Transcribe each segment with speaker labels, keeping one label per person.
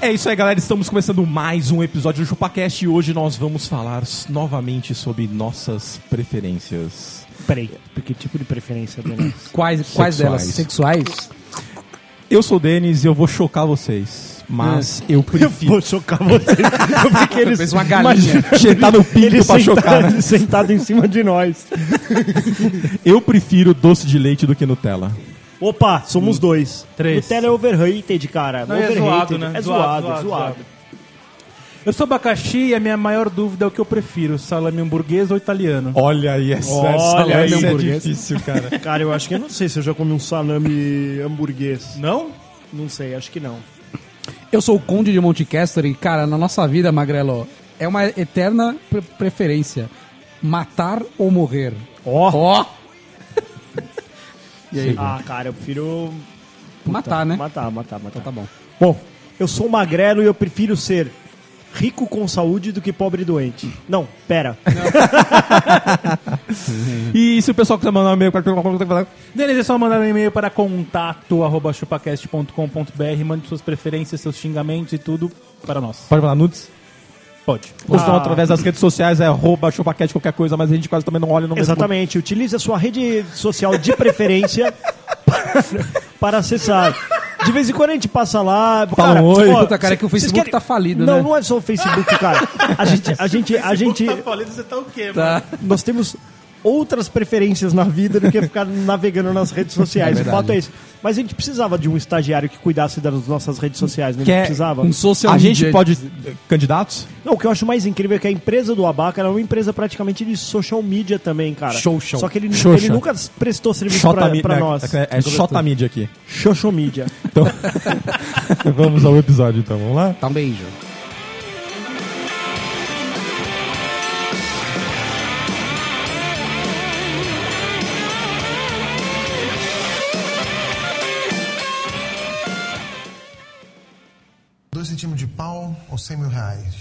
Speaker 1: É isso aí, galera. Estamos começando mais um episódio do ChupaCast e hoje nós vamos falar s- novamente sobre nossas preferências.
Speaker 2: Peraí, que tipo de preferência delas?
Speaker 3: Quais, quais
Speaker 1: Sexuais.
Speaker 3: delas? Sexuais?
Speaker 1: Eu sou o Denis e eu vou chocar vocês, mas eu prefiro.
Speaker 2: Vou chocar vocês. Porque eles.
Speaker 3: Fez uma galinha.
Speaker 2: Imagina,
Speaker 1: Chetar no pinto
Speaker 2: Ele tá
Speaker 1: pra
Speaker 2: sentado,
Speaker 1: chocar, né?
Speaker 2: sentado em cima de nós.
Speaker 1: Eu prefiro doce de leite do que Nutella.
Speaker 2: Opa, somos dois.
Speaker 4: Três.
Speaker 2: Nutella é overrated, cara.
Speaker 4: Não, é
Speaker 2: Overrated.
Speaker 4: zoado, né?
Speaker 2: É zoado, é zoado.
Speaker 4: Eu sou abacaxi e a minha maior dúvida é o que eu prefiro, salame hamburguesa ou italiano.
Speaker 1: Olha aí, essa,
Speaker 2: Olha aí,
Speaker 1: essa é
Speaker 3: hamburguesa.
Speaker 1: difícil, cara.
Speaker 2: Cara, eu acho que eu não sei se eu já comi um salame hamburguês.
Speaker 4: Não?
Speaker 2: Não sei, acho que não.
Speaker 3: Eu sou o Conde de Montecaster e, cara, na nossa vida, Magrelo, é uma eterna pre- preferência. Matar ou morrer.
Speaker 2: Ó.
Speaker 3: Ó!
Speaker 2: Ah, cara, eu prefiro Tá,
Speaker 3: Matar, né?
Speaker 2: matar, matar, matar.
Speaker 3: Então tá bom.
Speaker 2: Bom, eu sou magrelo e eu prefiro ser rico com saúde do que pobre e doente. Não, pera.
Speaker 1: E se o pessoal quiser mandar um e-mail pra.
Speaker 4: Denis, é só mandar um e-mail para contato arroba chupacast.com.br, mande suas preferências, seus xingamentos e tudo para nós.
Speaker 1: Pode mandar nudes?
Speaker 4: Pode. Ah.
Speaker 1: Ou senão através das redes sociais é arroba chupaquete, qualquer coisa, mas a gente quase também não olha e não responde.
Speaker 2: Exatamente. Utilize a sua rede social de preferência para, para acessar. De vez em quando a gente passa lá.
Speaker 1: Fala um oi.
Speaker 3: Puta, cara, é que o
Speaker 2: vocês
Speaker 3: Facebook tá falido,
Speaker 2: não,
Speaker 3: né?
Speaker 2: Não, é só o Facebook, cara. A gente. A gente, a gente
Speaker 4: falando, você tá o quê,
Speaker 3: Tá.
Speaker 2: nós temos outras preferências na vida do que ficar navegando nas redes sociais.
Speaker 3: É
Speaker 2: o
Speaker 3: verdade.
Speaker 2: fato é isso. Mas a gente precisava de um estagiário que cuidasse das nossas redes sociais, não
Speaker 1: Que é
Speaker 2: precisava?
Speaker 3: Um social
Speaker 1: A gente
Speaker 3: media.
Speaker 1: pode. Candidatos?
Speaker 2: Não, o que eu acho mais incrível é que a empresa do Abaca era uma empresa praticamente de social media também, cara.
Speaker 3: Xoxão.
Speaker 2: Só que ele,
Speaker 1: Xoxa.
Speaker 2: ele nunca prestou serviço
Speaker 1: Xota
Speaker 2: pra,
Speaker 1: mídia.
Speaker 2: pra nós.
Speaker 1: É, é, Xota mídia aqui.
Speaker 2: Xoxo mídia.
Speaker 1: Então, vamos ao episódio, então. Vamos lá?
Speaker 3: Tá um beijo.
Speaker 5: Dois centímetros de pau ou 100 mil reais?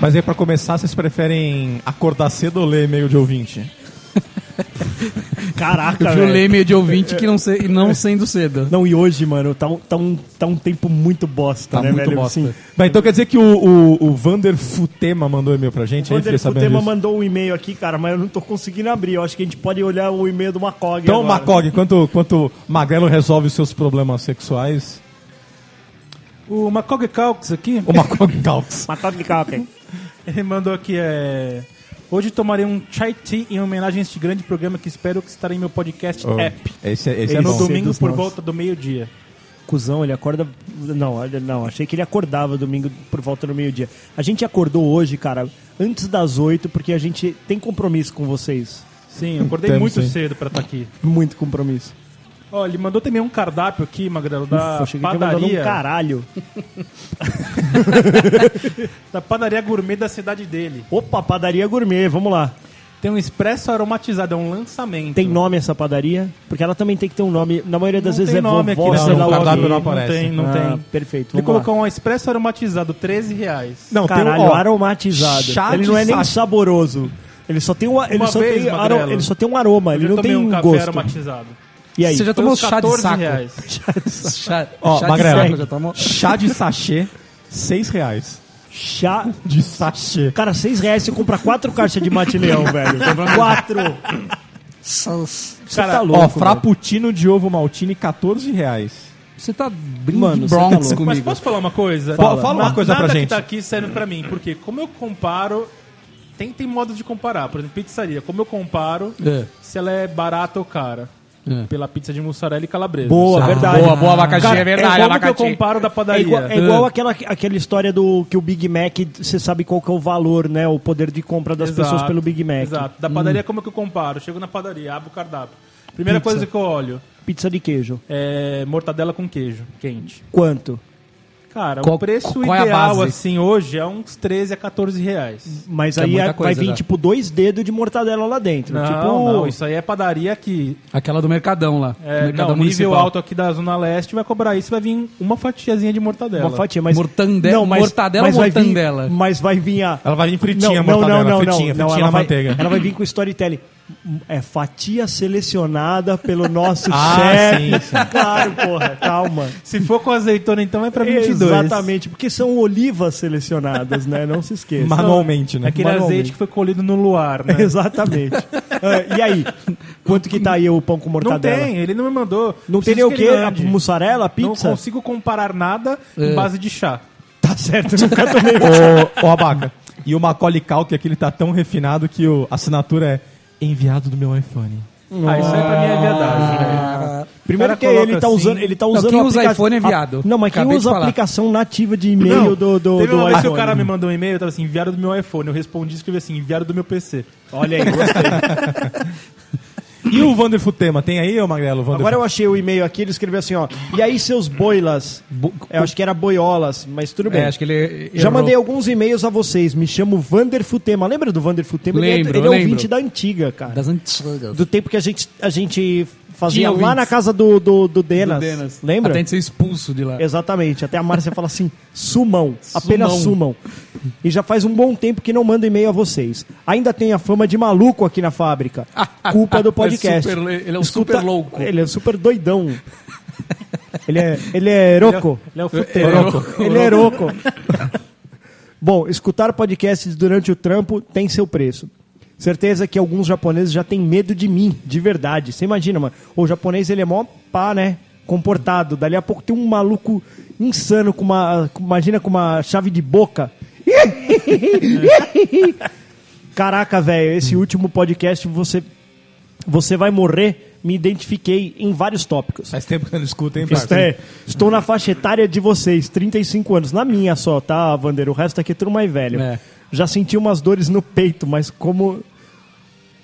Speaker 1: Mas aí, pra começar, vocês preferem acordar cedo ou ler e-mail de ouvinte?
Speaker 2: Caraca,
Speaker 3: Eu vi o
Speaker 2: velho.
Speaker 3: Leme de ouvinte que não, se, não sendo cedo.
Speaker 2: Não, e hoje, mano, tá um, tá um, tá um tempo muito bosta,
Speaker 3: Tá
Speaker 2: né,
Speaker 3: muito
Speaker 2: velho?
Speaker 3: bosta.
Speaker 2: Assim,
Speaker 1: Bem, então quer dizer que o, o, o Vander Futema mandou e-mail pra gente?
Speaker 2: o
Speaker 1: aí, fiquei
Speaker 2: Wander
Speaker 1: sabendo
Speaker 2: Futema
Speaker 1: disso.
Speaker 2: mandou um e-mail aqui, cara, mas eu não tô conseguindo abrir. Eu acho que a gente pode olhar o e-mail do Macog
Speaker 1: Então,
Speaker 2: agora.
Speaker 1: Macog, enquanto, enquanto Magrelo resolve os seus problemas sexuais...
Speaker 4: O Macog Calx aqui,
Speaker 1: O Macog Calx.
Speaker 2: Macog de Calca.
Speaker 4: ele mandou aqui, é... Hoje tomarei um chai tea em homenagem a este grande programa que espero que estará em meu podcast
Speaker 1: Oh,
Speaker 4: app.
Speaker 1: Esse, é- esse
Speaker 4: É
Speaker 1: é
Speaker 4: no
Speaker 1: bom.
Speaker 4: domingo
Speaker 2: Cedos
Speaker 4: por
Speaker 2: nós.
Speaker 4: volta do meio-dia.
Speaker 2: Cusão, ele acorda. Não, olha, não, achei que ele acordava domingo por volta do meio-dia. A gente acordou hoje, cara, antes das oito, porque a gente tem compromisso com vocês.
Speaker 4: Sim, eu acordei
Speaker 1: Temos,
Speaker 4: muito
Speaker 1: sim.
Speaker 4: cedo pra estar aqui.
Speaker 2: Muito compromisso.
Speaker 4: Ó, ele mandou também um cardápio aqui, Magrelo, da
Speaker 2: Ufa, achei que ele tinha mandado um
Speaker 4: padaria.
Speaker 2: caralho.
Speaker 4: da padaria gourmet da cidade dele.
Speaker 2: Opa, padaria gourmet, vamos lá.
Speaker 4: Tem um expresso aromatizado, é um lançamento.
Speaker 2: Tem nome essa padaria? Porque ela também tem que ter um nome. Na maioria das
Speaker 4: Não
Speaker 2: vezes
Speaker 4: tem um
Speaker 2: é
Speaker 4: nome
Speaker 2: vovó,
Speaker 4: aqui,
Speaker 2: sei
Speaker 1: não,
Speaker 2: lá
Speaker 1: no
Speaker 2: o
Speaker 1: cardápio não
Speaker 2: quê.
Speaker 4: Não
Speaker 1: aparece.
Speaker 4: tem, não
Speaker 2: Ah,
Speaker 4: tem.
Speaker 2: Perfeito,
Speaker 4: Ele
Speaker 2: vamos
Speaker 4: colocou
Speaker 2: lá.
Speaker 4: um expresso aromatizado, 13 reais.
Speaker 1: Não,
Speaker 2: Caralho,
Speaker 1: tem um... ó,
Speaker 2: aromatizado.
Speaker 1: chá
Speaker 2: ele
Speaker 1: de
Speaker 2: não é nem
Speaker 1: sa-
Speaker 2: saboroso. Ele só tem, uma, ele
Speaker 4: Uma
Speaker 2: só
Speaker 4: vez,
Speaker 2: tem
Speaker 4: Magrelo.
Speaker 2: aroma, ele só tem um aroma,
Speaker 4: Eu
Speaker 2: ele
Speaker 4: já
Speaker 2: não
Speaker 4: tomei
Speaker 2: tem
Speaker 4: um café
Speaker 2: gosto.
Speaker 4: aromatizado.
Speaker 2: E aí?
Speaker 3: Você já
Speaker 4: Foi
Speaker 3: tomou
Speaker 4: uns
Speaker 3: chá de
Speaker 4: 14
Speaker 3: saco?
Speaker 4: reais.
Speaker 3: Chá,
Speaker 1: Ó,
Speaker 3: chá
Speaker 1: Magrelo.
Speaker 3: de saco já
Speaker 2: tá
Speaker 3: tomou?
Speaker 1: Chá de sachê, 6 reais.
Speaker 2: Chá
Speaker 1: De sachê.
Speaker 2: Cara, seis reais você compra quatro caixas de matileão, velho. Quatro. Você tá louco.
Speaker 1: Ó, frappuccino de ovo maltine, 14 reais.
Speaker 3: Você tá
Speaker 2: Mano,
Speaker 3: brincando
Speaker 2: você tá
Speaker 3: Bronx
Speaker 2: louco.
Speaker 4: Mas
Speaker 3: comigo.
Speaker 4: posso falar uma coisa?
Speaker 1: Fala. Fala uma coisa
Speaker 4: nada
Speaker 1: pra
Speaker 4: que
Speaker 1: gente.
Speaker 4: tá aqui serve pra mim, porque como eu comparo Tem, tem modos de comparar. Por exemplo, pizzaria. Como eu comparo
Speaker 3: É.
Speaker 4: se ela é barata ou cara?
Speaker 3: É.
Speaker 4: Pela pizza de mussarela e calabresa.
Speaker 2: Boa,
Speaker 1: é
Speaker 4: Certo?
Speaker 2: verdade.
Speaker 3: boa, boa, abacaxi,
Speaker 2: Cara,
Speaker 3: é verdade,
Speaker 4: Como que eu
Speaker 3: abacaxi.
Speaker 4: comparo da
Speaker 2: É
Speaker 4: padaria?
Speaker 2: igual, é igual aquela, aquela história do que o Big Mac, você sabe qual que é o valor, né? O poder de compra das
Speaker 4: Exato,
Speaker 2: pessoas pelo Big Mac. Hum.
Speaker 4: Exato. Da padaria, como é que eu comparo? Chego na padaria, abro o cardápio. Primeira
Speaker 2: Pizza.
Speaker 4: coisa que eu olho
Speaker 2: Pizza de queijo.
Speaker 4: é mortadela com queijo quente.
Speaker 2: Quanto?
Speaker 4: Cara,
Speaker 3: Qual-
Speaker 4: o preço
Speaker 3: qual é a
Speaker 4: ideal,
Speaker 3: base?
Speaker 4: assim, hoje é uns 13 a 14 reais.
Speaker 2: Mas
Speaker 3: Que é
Speaker 2: aí
Speaker 3: muita
Speaker 2: é- vai
Speaker 3: coisa
Speaker 2: vir,
Speaker 3: já.
Speaker 2: tipo, dois dedos de mortadela lá dentro.
Speaker 4: Não,
Speaker 2: tipo,
Speaker 4: não, isso aí é padaria que
Speaker 3: Aquela do Mercadão lá.
Speaker 4: é,
Speaker 3: do mercadão
Speaker 4: não, nível
Speaker 3: municipal.
Speaker 4: alto aqui da Zona Leste vai cobrar isso, vai vir uma fatiazinha de mortadela.
Speaker 2: uma fatia, mas...
Speaker 3: Mortande- mortadela ou
Speaker 2: vai vir-
Speaker 3: mortandela?
Speaker 2: mas vai vir a...
Speaker 1: Ela vai vir fritinha,
Speaker 2: não, não,
Speaker 1: mortadela,
Speaker 2: não, não,
Speaker 1: fritinha,
Speaker 2: não,
Speaker 1: fritinha
Speaker 2: ela
Speaker 1: na
Speaker 2: vai,
Speaker 1: manteiga.
Speaker 2: Ela vai vir com storytelling. É fatia selecionada pelo nosso
Speaker 1: Ah,
Speaker 2: chefe.
Speaker 1: sim, sim.
Speaker 2: Claro, porra, calma.
Speaker 4: Se for com azeitona, então é pra 22.
Speaker 2: Exatamente, porque são olivas selecionadas, né? Não se esqueça.
Speaker 1: Manualmente, né?
Speaker 4: Aquele
Speaker 2: Manualmente.
Speaker 4: azeite que foi colhido no luar, né?
Speaker 2: Exatamente. Ah, e aí, quanto que tá aí o pão com
Speaker 4: Não
Speaker 2: mortadela?
Speaker 4: tem, ele não me mandou.
Speaker 2: Não tem nem
Speaker 4: Preciso
Speaker 2: o
Speaker 4: que
Speaker 2: quê?
Speaker 4: ele
Speaker 2: A
Speaker 4: ande.
Speaker 2: mussarela, a
Speaker 4: Não
Speaker 2: pizza?
Speaker 4: consigo comparar nada em base de chá.
Speaker 2: Tá certo, nunca tomei.
Speaker 1: Ô, ô, Abaca. E o Macaulay Culkin aqui, ele tá tão refinado que o- a assinatura é enviado do meu iPhone.
Speaker 4: Ah, isso aí pra mim é verdade. velho.
Speaker 2: Primeiro
Speaker 4: O cara
Speaker 2: que
Speaker 4: coloca
Speaker 2: ele tá
Speaker 4: assim-
Speaker 2: usando, ele tá
Speaker 3: Não,
Speaker 2: usando
Speaker 3: quem
Speaker 2: a
Speaker 3: usa
Speaker 2: aplica-
Speaker 3: iPhone é viado.
Speaker 2: a- Não, mas quem
Speaker 3: Acabei de
Speaker 2: usa a
Speaker 3: falar.
Speaker 2: aplicação nativa de e-mail
Speaker 4: Não,
Speaker 2: do do,
Speaker 4: Teve
Speaker 2: do
Speaker 4: uma vez que o
Speaker 2: iPhone.
Speaker 4: cara me mandou um e-mail, tava assim, enviado do meu iPhone. Eu respondi escrevi assim, enviado do meu PC.
Speaker 2: Olha aí, gostei.
Speaker 1: Ah, E o Vander Futema, tem aí, ô Magrelo? Vander
Speaker 2: Agora eu achei o e-mail aqui, ele escreveu assim, ó. E aí, seus boilas? Eu acho que era boiolas, mas tudo bem.
Speaker 3: É, acho que ele.
Speaker 2: Já
Speaker 3: errou.
Speaker 2: mandei alguns e-mails a vocês. Me chamo Vander Futema. Lembra do Vander Futema? Ele é- ele
Speaker 3: Lembro,
Speaker 2: é,
Speaker 3: lembro.
Speaker 2: ouvinte da antiga, cara.
Speaker 3: Das antigas.
Speaker 2: Do tempo que a gente, a gente fazia
Speaker 3: Tinha
Speaker 2: lá
Speaker 3: ouvintes.
Speaker 2: na casa do, do, do Denas.
Speaker 3: Do Denas.
Speaker 2: Lembra? É
Speaker 3: Até a gente ser expulso de lá.
Speaker 2: Exatamente. Até a Márcia fala assim: sumam, apenas
Speaker 3: Sumam.
Speaker 2: sumam. E já faz um bom tempo que não mando e-mail a vocês. Ainda tem a fama de maluco aqui na fábrica. Culpa do podcast.
Speaker 3: É super- ele é um super louco.
Speaker 2: Ele é um super doidão. ele é, ele é roco.
Speaker 4: Ele é o futebol.
Speaker 2: Ele é louco. Bom, escutar podcasts durante o trampo tem seu preço. Certeza que alguns japoneses já têm medo de mim, de verdade. Você imagina, mano. O japonês, ele é mó pá, né? Comportado. Dali a pouco tem um maluco insano com uma... com- Imagina com uma chave de boca. Caraca, velho. Esse último podcast, você... Você vai morrer. Me identifiquei em vários tópicos.
Speaker 1: Faz tempo que eu não escuto, hein,
Speaker 2: Isto é, estou na faixa etária de vocês, 35 anos. Na minha só, tá, Vander? O resto aqui é tudo mais velho.
Speaker 3: É.
Speaker 2: Já senti umas dores no peito, mas como,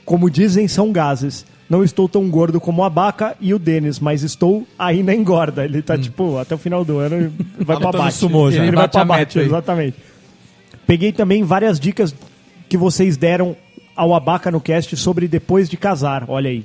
Speaker 2: como dizem, são gases. Não estou tão gordo como a Baca e o Denis, mas estou ainda engorda. Ele
Speaker 3: Hum.
Speaker 2: tá, tipo, até o final do ano vai pra
Speaker 1: Lutando
Speaker 2: baixo.
Speaker 1: sumô já.
Speaker 2: Ele,
Speaker 3: Ele
Speaker 2: vai
Speaker 3: bate
Speaker 2: pra
Speaker 3: a meta
Speaker 2: baixo,
Speaker 3: aí.
Speaker 2: exatamente. Peguei também várias dicas que vocês deram ao Abaca no cast sobre depois de casar. Olha aí.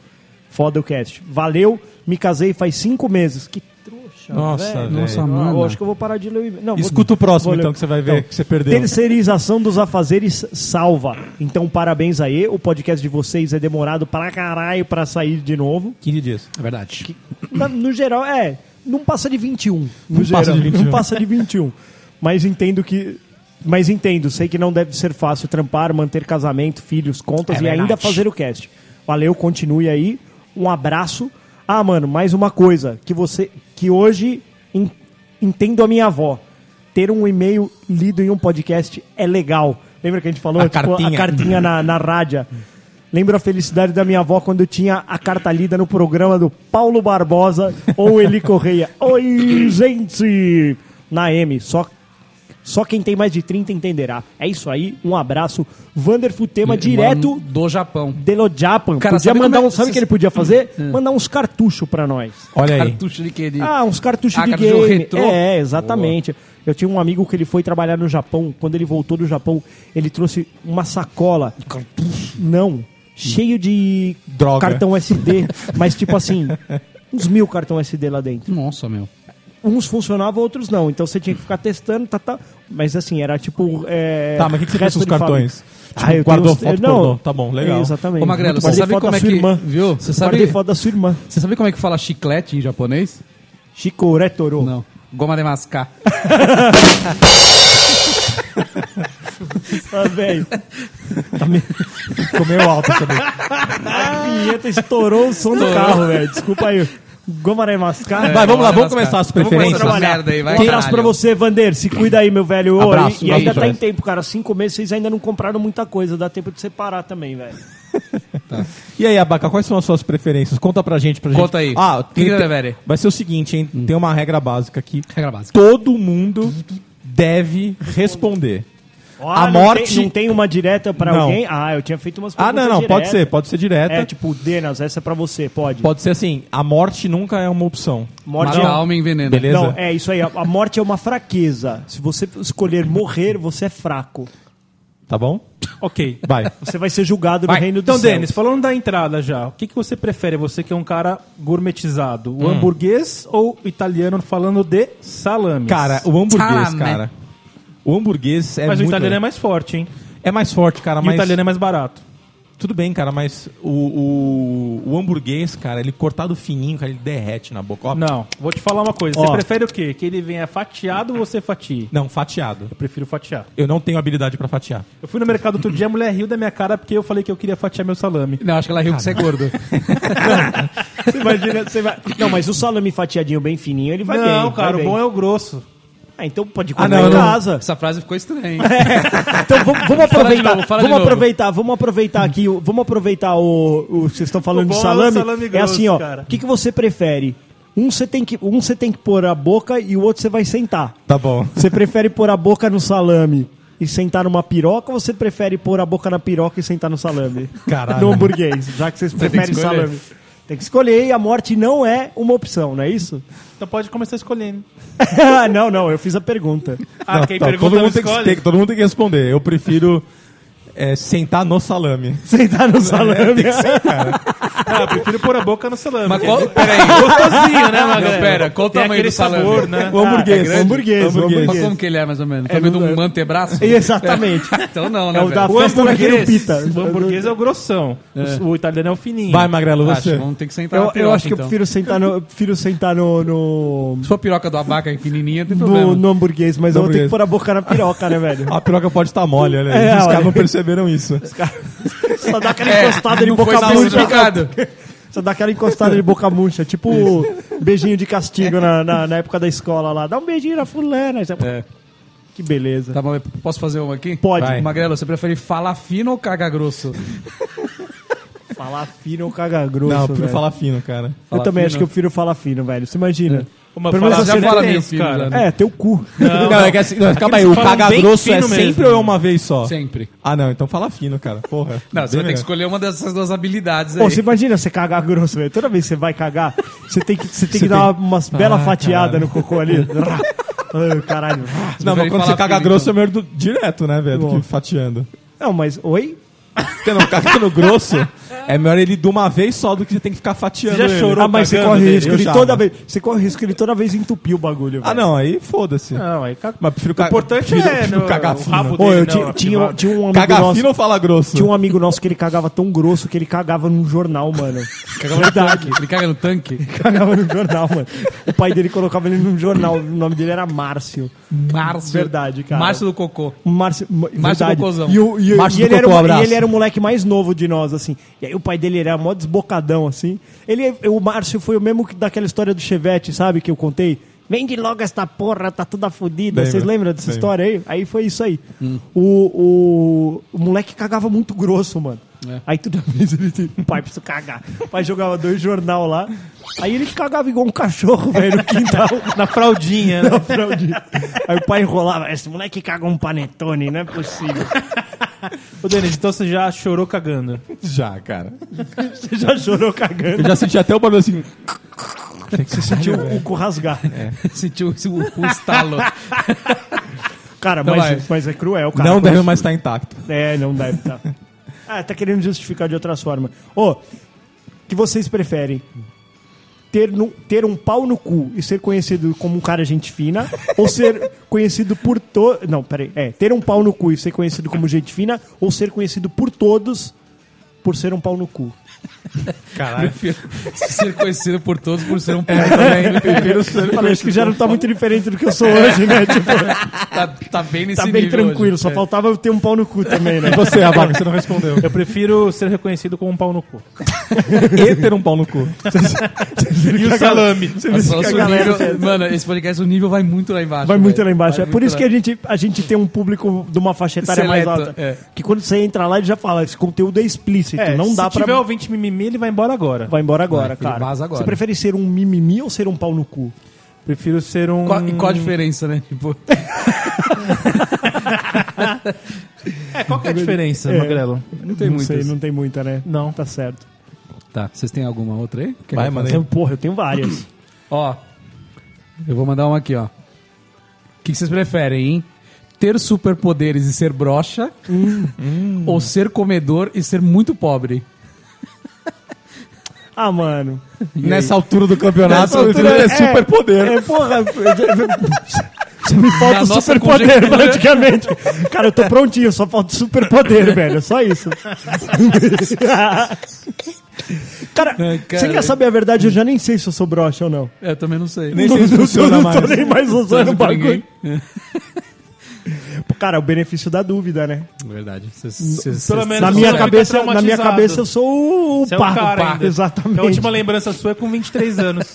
Speaker 2: Foda o cast. Valeu, me casei faz cinco meses. Que trouxa.
Speaker 1: Nossa,
Speaker 2: velho.
Speaker 1: velho.
Speaker 3: Nossa,
Speaker 2: Ah,
Speaker 3: mano.
Speaker 2: eu acho que eu vou parar de ler o e-mail. Não, vou-
Speaker 1: Escuta o próximo,
Speaker 2: vou ler.
Speaker 1: então, que você vai ver que você perdeu.
Speaker 2: Terceirização dos afazeres salva. Então, parabéns aí. O podcast de vocês é demorado pra caralho pra sair de novo.
Speaker 1: 15 dias.
Speaker 3: É verdade.
Speaker 2: Na- no geral, é. Não passa de 21. No
Speaker 1: Não
Speaker 2: geral,
Speaker 1: passa de 21.
Speaker 2: Não passa de 21. Mas entendo que. Mas entendo, sei que não deve ser fácil trampar, manter casamento, filhos, contas e ainda fazer o cast. Valeu, continue aí. Um abraço. Ah, mano, mais uma coisa que você. que hoje en- entendo a minha avó. Ter um e-mail lido em um podcast é legal. Lembra que Tipo, a gente falou?
Speaker 1: A cartinha.
Speaker 2: a cartinha na, na rádio. Lembro a felicidade da minha avó quando eu tinha a carta lida no programa do Paulo Barbosa ou Eli Correia. Oi, gente! Na M, só, só quem tem mais de 30 entenderá. É isso aí, um abraço. Vander Futema, direto
Speaker 3: Do Japão.
Speaker 2: de Lo Japan.
Speaker 3: Cara,
Speaker 2: podia
Speaker 3: sabe
Speaker 2: mandar
Speaker 3: como é- Hum.
Speaker 2: um, sabe o que ele podia fazer? Mandar uns cartuchos pra nós.
Speaker 1: Olha aí.
Speaker 3: Cartucho de quê? De-
Speaker 2: Ah, uns cartuchos
Speaker 3: Ah,
Speaker 2: de
Speaker 3: cartucho
Speaker 2: game.
Speaker 3: retrô?
Speaker 2: É, exatamente. Eu tinha um amigo que ele foi trabalhar no Japão. Quando ele voltou do Japão, ele trouxe uma sacola. Cartucho? Não. Cheio de
Speaker 1: Droga.
Speaker 2: cartão SD. mas tipo assim, uns mil cartão SD lá dentro.
Speaker 3: Nossa, meu.
Speaker 2: Uns funcionavam, outros não. Então você tinha que ficar testando, tá, tá. Mas assim, era tipo. é,
Speaker 1: Tá, mas o que que você fez
Speaker 2: resto
Speaker 1: com os
Speaker 2: de fábrica. Ah,
Speaker 1: cartões? Tipo,
Speaker 2: eu tenho
Speaker 1: guardou
Speaker 2: uns-
Speaker 1: foto,
Speaker 2: não.
Speaker 1: guardou. Tá bom, legal.
Speaker 2: É, exatamente.
Speaker 3: Ô, Magrelo,
Speaker 2: Muito
Speaker 3: você
Speaker 2: bom.
Speaker 3: sabe
Speaker 2: Guardei
Speaker 3: como
Speaker 2: foto da
Speaker 3: é
Speaker 2: sua
Speaker 3: que-
Speaker 2: irmã.
Speaker 3: viu? Você sabe-
Speaker 2: Guardei foto da sua irmã.
Speaker 3: Você sabe como é que fala chiclete em japonês?
Speaker 2: Chico Retoro.
Speaker 3: Não. Goma de mascar.
Speaker 2: Ah, velho. Tá
Speaker 1: Comeu alto também.
Speaker 2: A vinheta estourou o som do carro, velho. Desculpa aí. Gomaré Mascar.
Speaker 1: Vai, vamos lá, vamos
Speaker 3: Lascar.
Speaker 1: começar as
Speaker 3: Vamos
Speaker 1: preferências.
Speaker 3: começar essa merda aí, vai,
Speaker 2: um abraço pra
Speaker 3: caralho.
Speaker 2: você, Vander. Se cuida aí, meu velho. Ô,
Speaker 1: Abraço,
Speaker 2: e, e ainda
Speaker 1: abraço,
Speaker 2: tá em
Speaker 1: Vander.
Speaker 2: tempo, cara. Cinco meses vocês ainda não compraram muita coisa. Dá tempo de separar também, velho.
Speaker 1: E aí, Abaca, quais são as suas preferências? Conta pra gente, pra gente.
Speaker 3: Conta aí.
Speaker 1: Ah, tem,
Speaker 3: Querida
Speaker 1: tem-
Speaker 3: Vera.
Speaker 1: vai ser o seguinte, hein? Tem uma regra básica aqui.
Speaker 3: Regra básica.
Speaker 1: Todo mundo deve responder.
Speaker 2: Ó,
Speaker 1: A
Speaker 2: não
Speaker 1: morte-
Speaker 2: Tem, não tem uma direta pra
Speaker 1: Não.
Speaker 2: alguém? Ah, eu tinha feito umas
Speaker 1: Ah,
Speaker 2: perguntas
Speaker 1: não, não, pode
Speaker 2: diretas.
Speaker 1: ser, pode ser direta.
Speaker 2: É, tipo, Denas, essa é pra você, pode.
Speaker 1: Pode ser assim, a morte nunca é uma opção.
Speaker 2: Morte
Speaker 3: Mata
Speaker 2: é
Speaker 3: a
Speaker 2: um-
Speaker 3: alma e envenena.
Speaker 1: Beleza.
Speaker 2: Não, é isso aí. A, a morte é uma fraqueza. Se você escolher morrer, você é fraco.
Speaker 1: Tá bom?
Speaker 4: Ok.
Speaker 1: Vai.
Speaker 2: Você vai ser julgado no
Speaker 4: Vai.
Speaker 2: reino
Speaker 4: Então,
Speaker 2: do céu.
Speaker 4: Denis, falando da entrada já, o que, que você prefere? Você que é um cara gourmetizado, o hamburguês ou italiano falando de salames?
Speaker 1: Cara, o hamburguês,
Speaker 3: Salame.
Speaker 1: cara. O hamburguês é
Speaker 4: né? mas o
Speaker 1: muito...
Speaker 4: italiano é mais forte, hein?
Speaker 1: É mais forte, cara,
Speaker 4: E
Speaker 1: mas...
Speaker 4: o italiano é mais barato.
Speaker 1: Tudo bem, cara, mas o, o, o hamburguês, cara, ele cortado fininho, cara, ele derrete na boca. Ó,
Speaker 4: Não, vou te falar uma coisa.
Speaker 2: Ó.
Speaker 4: Você prefere o quê? Que ele venha fatiado ou você fatie?
Speaker 1: Não, fatiado.
Speaker 4: Eu prefiro fatiar.
Speaker 1: Eu não tenho habilidade pra fatiar.
Speaker 4: Eu fui no mercado outro dia, a mulher riu da minha cara porque eu falei que eu queria fatiar meu salame.
Speaker 3: Não, acho que ela riu que você é gordo.
Speaker 2: Você imagina, você vai... Não, mas o salame fatiadinho bem fininho, ele vai bem.
Speaker 4: não, cara, o
Speaker 2: vai bem.
Speaker 4: bom é o grosso.
Speaker 2: Ah, então pode comer
Speaker 1: não,
Speaker 2: em
Speaker 1: não.
Speaker 2: casa.
Speaker 3: Essa frase ficou estranha, hein?
Speaker 2: Então vamos, vamos aproveitar,
Speaker 3: novo, fala de
Speaker 2: vamos
Speaker 3: novo.
Speaker 2: aproveitar, vamos aproveitar aqui, o- vamos aproveitar o, o que vocês estão
Speaker 4: O
Speaker 2: falando de
Speaker 4: bom é o
Speaker 2: salame. É,
Speaker 4: salame grosso,
Speaker 2: assim, ó.
Speaker 4: cara.
Speaker 2: O que, que você prefere? Um você tem que, um você tem que pôr a boca e o outro você vai sentar.
Speaker 1: Tá bom.
Speaker 2: Você prefere pôr a boca no salame e sentar numa piroca ou você prefere pôr a boca na piroca e sentar no salame?
Speaker 1: Caralho.
Speaker 2: No hamburguês, já que vocês preferem
Speaker 3: escolher.
Speaker 2: salame. Tem que escolher e a morte não é uma opção, não é isso?
Speaker 4: Então pode começar escolhendo.
Speaker 2: não, não, eu fiz a pergunta.
Speaker 4: Ah,
Speaker 1: Não,
Speaker 4: quem
Speaker 1: tá,
Speaker 4: pergunta
Speaker 1: todo
Speaker 4: não
Speaker 1: mundo tem que,
Speaker 4: escolhe.
Speaker 1: tem- todo mundo tem que responder. Eu prefiro é, sentar no salame.
Speaker 2: Sentar no salame.
Speaker 4: Ah, eu prefiro pôr a boca no salame.
Speaker 3: Mas
Speaker 4: É
Speaker 3: qual... Peraí.
Speaker 4: Gostosinho, né, Magrelo?
Speaker 3: Não, pera, qual o
Speaker 4: Tem
Speaker 3: tamanho
Speaker 4: aquele
Speaker 3: do salame?
Speaker 4: sabor, né?
Speaker 1: O hamburguês.
Speaker 2: grande? Hamburguês,
Speaker 3: Mas como que ele é, mais ou menos? Também do um antebraço?
Speaker 2: Exatamente.
Speaker 3: Então não, né,
Speaker 2: É o da
Speaker 3: velho?
Speaker 4: O
Speaker 2: festa daquele
Speaker 4: hamburguês,
Speaker 2: pita.
Speaker 4: o hamburguês é o grossão. O- O italiano é o fininho.
Speaker 1: Vai, Magrelo,
Speaker 3: Acho,
Speaker 1: você.
Speaker 3: vamos ter que sentar
Speaker 2: Eu,
Speaker 3: na
Speaker 2: eu
Speaker 3: piroca,
Speaker 2: acho que
Speaker 3: então.
Speaker 2: eu prefiro sentar no, eu prefiro sentar no, no,
Speaker 3: Se for piroca do abaca pequenininha, tem
Speaker 2: no,
Speaker 3: problema.
Speaker 2: no hamburguês, mas eu vou ter que
Speaker 1: Hamburguês.
Speaker 2: pôr a boca na piroca, né, velho?
Speaker 1: A piroca pode estar mole, olha aí.
Speaker 2: É,
Speaker 1: Os
Speaker 2: olha.
Speaker 1: caras não perceberam isso.
Speaker 2: Só dá aquela encostada de
Speaker 3: É, não foi
Speaker 2: boca murcha.
Speaker 3: salsificado.
Speaker 2: Só dá aquela encostada de boca murcha, tipo beijinho de castigo na, na, na época da escola lá. Dá um beijinho na fulana. já- Que beleza.
Speaker 3: Tá bom, eu posso fazer uma aqui?
Speaker 2: Pode.
Speaker 1: Vai.
Speaker 3: Magrelo, você prefere falar fino ou cagar grosso?
Speaker 2: Falar fino ou caga grosso,
Speaker 1: não, eu prefiro
Speaker 2: velho.
Speaker 1: falar fino, cara.
Speaker 2: eu
Speaker 3: falar
Speaker 2: também
Speaker 3: fino.
Speaker 2: acho que eu prefiro falar fino, velho. Você imagina.
Speaker 4: Uma
Speaker 2: Pelo menos
Speaker 4: fala-
Speaker 2: você
Speaker 4: já
Speaker 2: não
Speaker 4: fala
Speaker 3: tem
Speaker 4: meio
Speaker 3: esse, cara.
Speaker 4: cara.
Speaker 2: assim, É, teu cu.
Speaker 1: Não, é que assim, não, calma
Speaker 4: eles
Speaker 1: aí, o
Speaker 4: falam
Speaker 1: caga
Speaker 4: bem
Speaker 1: grosso é
Speaker 4: fino mesmo.
Speaker 1: sempre ou é uma vez só?
Speaker 3: Sempre.
Speaker 1: Ah, não, então fala fino, cara. Porra.
Speaker 3: Não, você vai
Speaker 1: Bem
Speaker 3: ter que
Speaker 1: melhor.
Speaker 3: escolher uma dessas duas habilidades aí.
Speaker 2: Pô, você imagina você cagar grosso, velho. Toda vez que você vai cagar, você tem que, você tem
Speaker 1: tem-
Speaker 2: que dar umas belas
Speaker 1: Ah,
Speaker 2: fatiadas
Speaker 1: caralho.
Speaker 2: no cocô ali. Ai, caralho.
Speaker 1: Não, mas
Speaker 3: prefere
Speaker 1: quando você
Speaker 3: falar
Speaker 1: caga
Speaker 3: fino,
Speaker 1: grosso é melhor do- direto, né, velho? Do
Speaker 2: Bom.
Speaker 1: que fatiando.
Speaker 2: Não, mas oi?
Speaker 1: Porque não cagando grosso, é melhor ele de uma vez só do que você tem que ficar fatiando.
Speaker 4: Você já
Speaker 1: ele.
Speaker 4: chorou?
Speaker 2: Ah, mas você
Speaker 4: cagando
Speaker 2: corre
Speaker 4: dele,
Speaker 2: risco
Speaker 1: eu
Speaker 2: de
Speaker 1: já, mano.
Speaker 2: toda vez. Você corre risco de toda vez entupir o bagulho, velho.
Speaker 1: Ah, não, aí foda-se.
Speaker 4: Não, aí caga...
Speaker 1: Mas eu prefiro
Speaker 4: É. O
Speaker 1: ca-
Speaker 4: importante
Speaker 1: prefiro-
Speaker 4: é
Speaker 1: prefiro
Speaker 4: no-
Speaker 1: cagar
Speaker 4: o
Speaker 1: fino.
Speaker 4: rabo
Speaker 2: Pô, eu
Speaker 4: dele,
Speaker 2: ti-
Speaker 4: não,
Speaker 2: tinha,
Speaker 4: privado.
Speaker 2: tinha um amigo
Speaker 1: Caga
Speaker 2: nosso.
Speaker 1: fino ou fala grosso?
Speaker 2: Tinha um amigo nosso que ele cagava tão grosso que ele cagava num jornal, mano.
Speaker 3: Cagava no tanque. Ele caga no tanque.
Speaker 2: cagava num jornal, mano. O pai dele colocava ele num jornal. O nome dele era Márcio.
Speaker 3: Márcio.
Speaker 2: Verdade, cara.
Speaker 3: Márcio do cocô.
Speaker 2: Márcio, ma-
Speaker 3: Márcio
Speaker 2: verdade.
Speaker 3: Cocôzão.
Speaker 2: E, o, e, o-
Speaker 1: Márcio
Speaker 2: e
Speaker 1: do
Speaker 2: ele era,
Speaker 1: Cocô,
Speaker 2: o-
Speaker 1: abraço.
Speaker 2: e ele era o moleque mais novo de nós, assim. E aí o pai dele era mó desbocadão, assim. Ele, o Márcio foi o mesmo que daquela história do Chevette, sabe? Que eu contei. Vende logo esta porra, tá toda fodida.
Speaker 1: Lembro.
Speaker 2: Vocês lembram dessa
Speaker 1: Lembro.
Speaker 2: história aí? Aí foi isso aí.
Speaker 4: Hum.
Speaker 2: O, o, o moleque cagava muito grosso, mano.
Speaker 4: É.
Speaker 2: Aí toda vez ele disse, pai, preciso cagar. O pai jogava dois jornal lá. Aí ele cagava igual um cachorro, velho, no quintal.
Speaker 4: Na fraldinha, né?
Speaker 2: Não, fraldinha. Aí o pai enrolava, esse moleque caga um panetone, não é possível.
Speaker 4: Ô, Denis, então você já chorou cagando.
Speaker 1: Já, cara.
Speaker 2: Você já chorou cagando.
Speaker 1: Eu já senti até o barulho assim.
Speaker 2: Você sentiu o cu rasgar.
Speaker 1: É.
Speaker 3: Sentiu esse- o, o estalo.
Speaker 2: Cara,
Speaker 3: Então vai.
Speaker 2: mas, mas é cruel, cara.
Speaker 1: não
Speaker 2: Quando-
Speaker 1: deve mais estar intacto.
Speaker 2: É, não deve, tá. Ah, tá querendo justificar de outra forma. Ô, que vocês preferem? Ter, no, ter um pau no cu e ser conhecido como um cara gente fina ou ser conhecido por todos... Não, peraí. É, ter um pau no cu e ser conhecido como gente fina ou ser conhecido por todos por ser um pau no cu.
Speaker 1: Caralho.
Speaker 3: ser conhecido por todos por ser um puta também.
Speaker 2: Eu falei, acho que já não tá muito diferente do que eu sou hoje, né? Tipo,
Speaker 3: Tá, tá bem nesse
Speaker 2: tá bem
Speaker 3: nível hoje.
Speaker 2: tranquilo, só faltava eu ter um pau no cu também, né?
Speaker 1: É. E você, Abaca, você não respondeu.
Speaker 4: Eu prefiro ser reconhecido como um pau no cu.
Speaker 1: E ter um pau no cu.
Speaker 4: E o salame.
Speaker 3: Nossa, nosso
Speaker 2: a galera-
Speaker 3: nível- mano, esse podcast, o nível vai muito lá embaixo.
Speaker 2: Vai
Speaker 3: velho.
Speaker 2: muito lá embaixo.
Speaker 3: Vai
Speaker 2: É por
Speaker 3: muito
Speaker 2: isso
Speaker 3: lá-
Speaker 2: que a gente, a gente tem um público de uma faixa etária mais
Speaker 3: Seleto,
Speaker 2: alta.
Speaker 3: é.
Speaker 2: Que quando você entra lá, ele já fala, esse conteúdo é explícito,
Speaker 4: É,
Speaker 2: não dá
Speaker 4: se
Speaker 2: pra...
Speaker 4: tiver ouvinte mimimi, ele vai embora agora.
Speaker 2: Vai embora agora,
Speaker 3: Ah, Vai, ele
Speaker 2: cara.
Speaker 3: vaza agora.
Speaker 2: Você prefere ser um mimimi ou ser um pau no cu?
Speaker 4: Prefiro ser um...
Speaker 3: Qual- e
Speaker 2: Hum.
Speaker 3: qual a diferença, né? Tipo,
Speaker 4: É, qual que é a diferença,
Speaker 2: É.
Speaker 4: Magrelo?
Speaker 3: não tem
Speaker 2: não
Speaker 3: muito.
Speaker 2: sei,
Speaker 3: isso.
Speaker 2: não tem muita, né?
Speaker 4: Não.
Speaker 2: Tá certo.
Speaker 3: Tá, vocês têm alguma outra aí? Quer
Speaker 1: Vai,
Speaker 3: que eu
Speaker 1: mano.
Speaker 3: faça?
Speaker 2: Eu, porra, eu tenho várias.
Speaker 3: Ó, eu vou mandar uma aqui, ó. O que que vocês preferem, hein? Ter superpoderes e ser broxa?
Speaker 4: Hum.
Speaker 3: Ou ser comedor e ser muito pobre?
Speaker 2: ah, mano.
Speaker 1: Nessa altura do campeonato,
Speaker 3: Nessa altura,
Speaker 1: ele é
Speaker 2: é.
Speaker 1: super poder.
Speaker 2: É, porra. Você me
Speaker 3: Na
Speaker 2: falta o
Speaker 3: nossa
Speaker 2: superpoder,
Speaker 3: conjectura.
Speaker 2: praticamente. Cara, eu tô prontinho, só falta o superpoder, velho. é Só isso. cara, você
Speaker 3: cara.
Speaker 2: quer saber a verdade? Eu já nem sei se eu sou broxa ou não.
Speaker 3: Eu também não sei.
Speaker 1: Nem sei se funciona
Speaker 2: eu não tô
Speaker 1: mais.
Speaker 2: nem mais usando o
Speaker 3: Não pra ninguém.
Speaker 2: bagulho. Cara, é o benefício da dúvida, né?
Speaker 1: é
Speaker 3: Verdade. Cês- cês-
Speaker 4: Pelo
Speaker 3: cês-
Speaker 4: menos
Speaker 2: Na
Speaker 4: você
Speaker 2: minha,
Speaker 4: não fica
Speaker 2: cabeça, na minha
Speaker 4: traumatizado.
Speaker 2: cabeça, eu sou o
Speaker 4: Você é um
Speaker 2: pá.
Speaker 4: cara
Speaker 2: pá.
Speaker 4: ainda.
Speaker 2: Exatamente.
Speaker 4: A última lembrança sua é com 23 anos.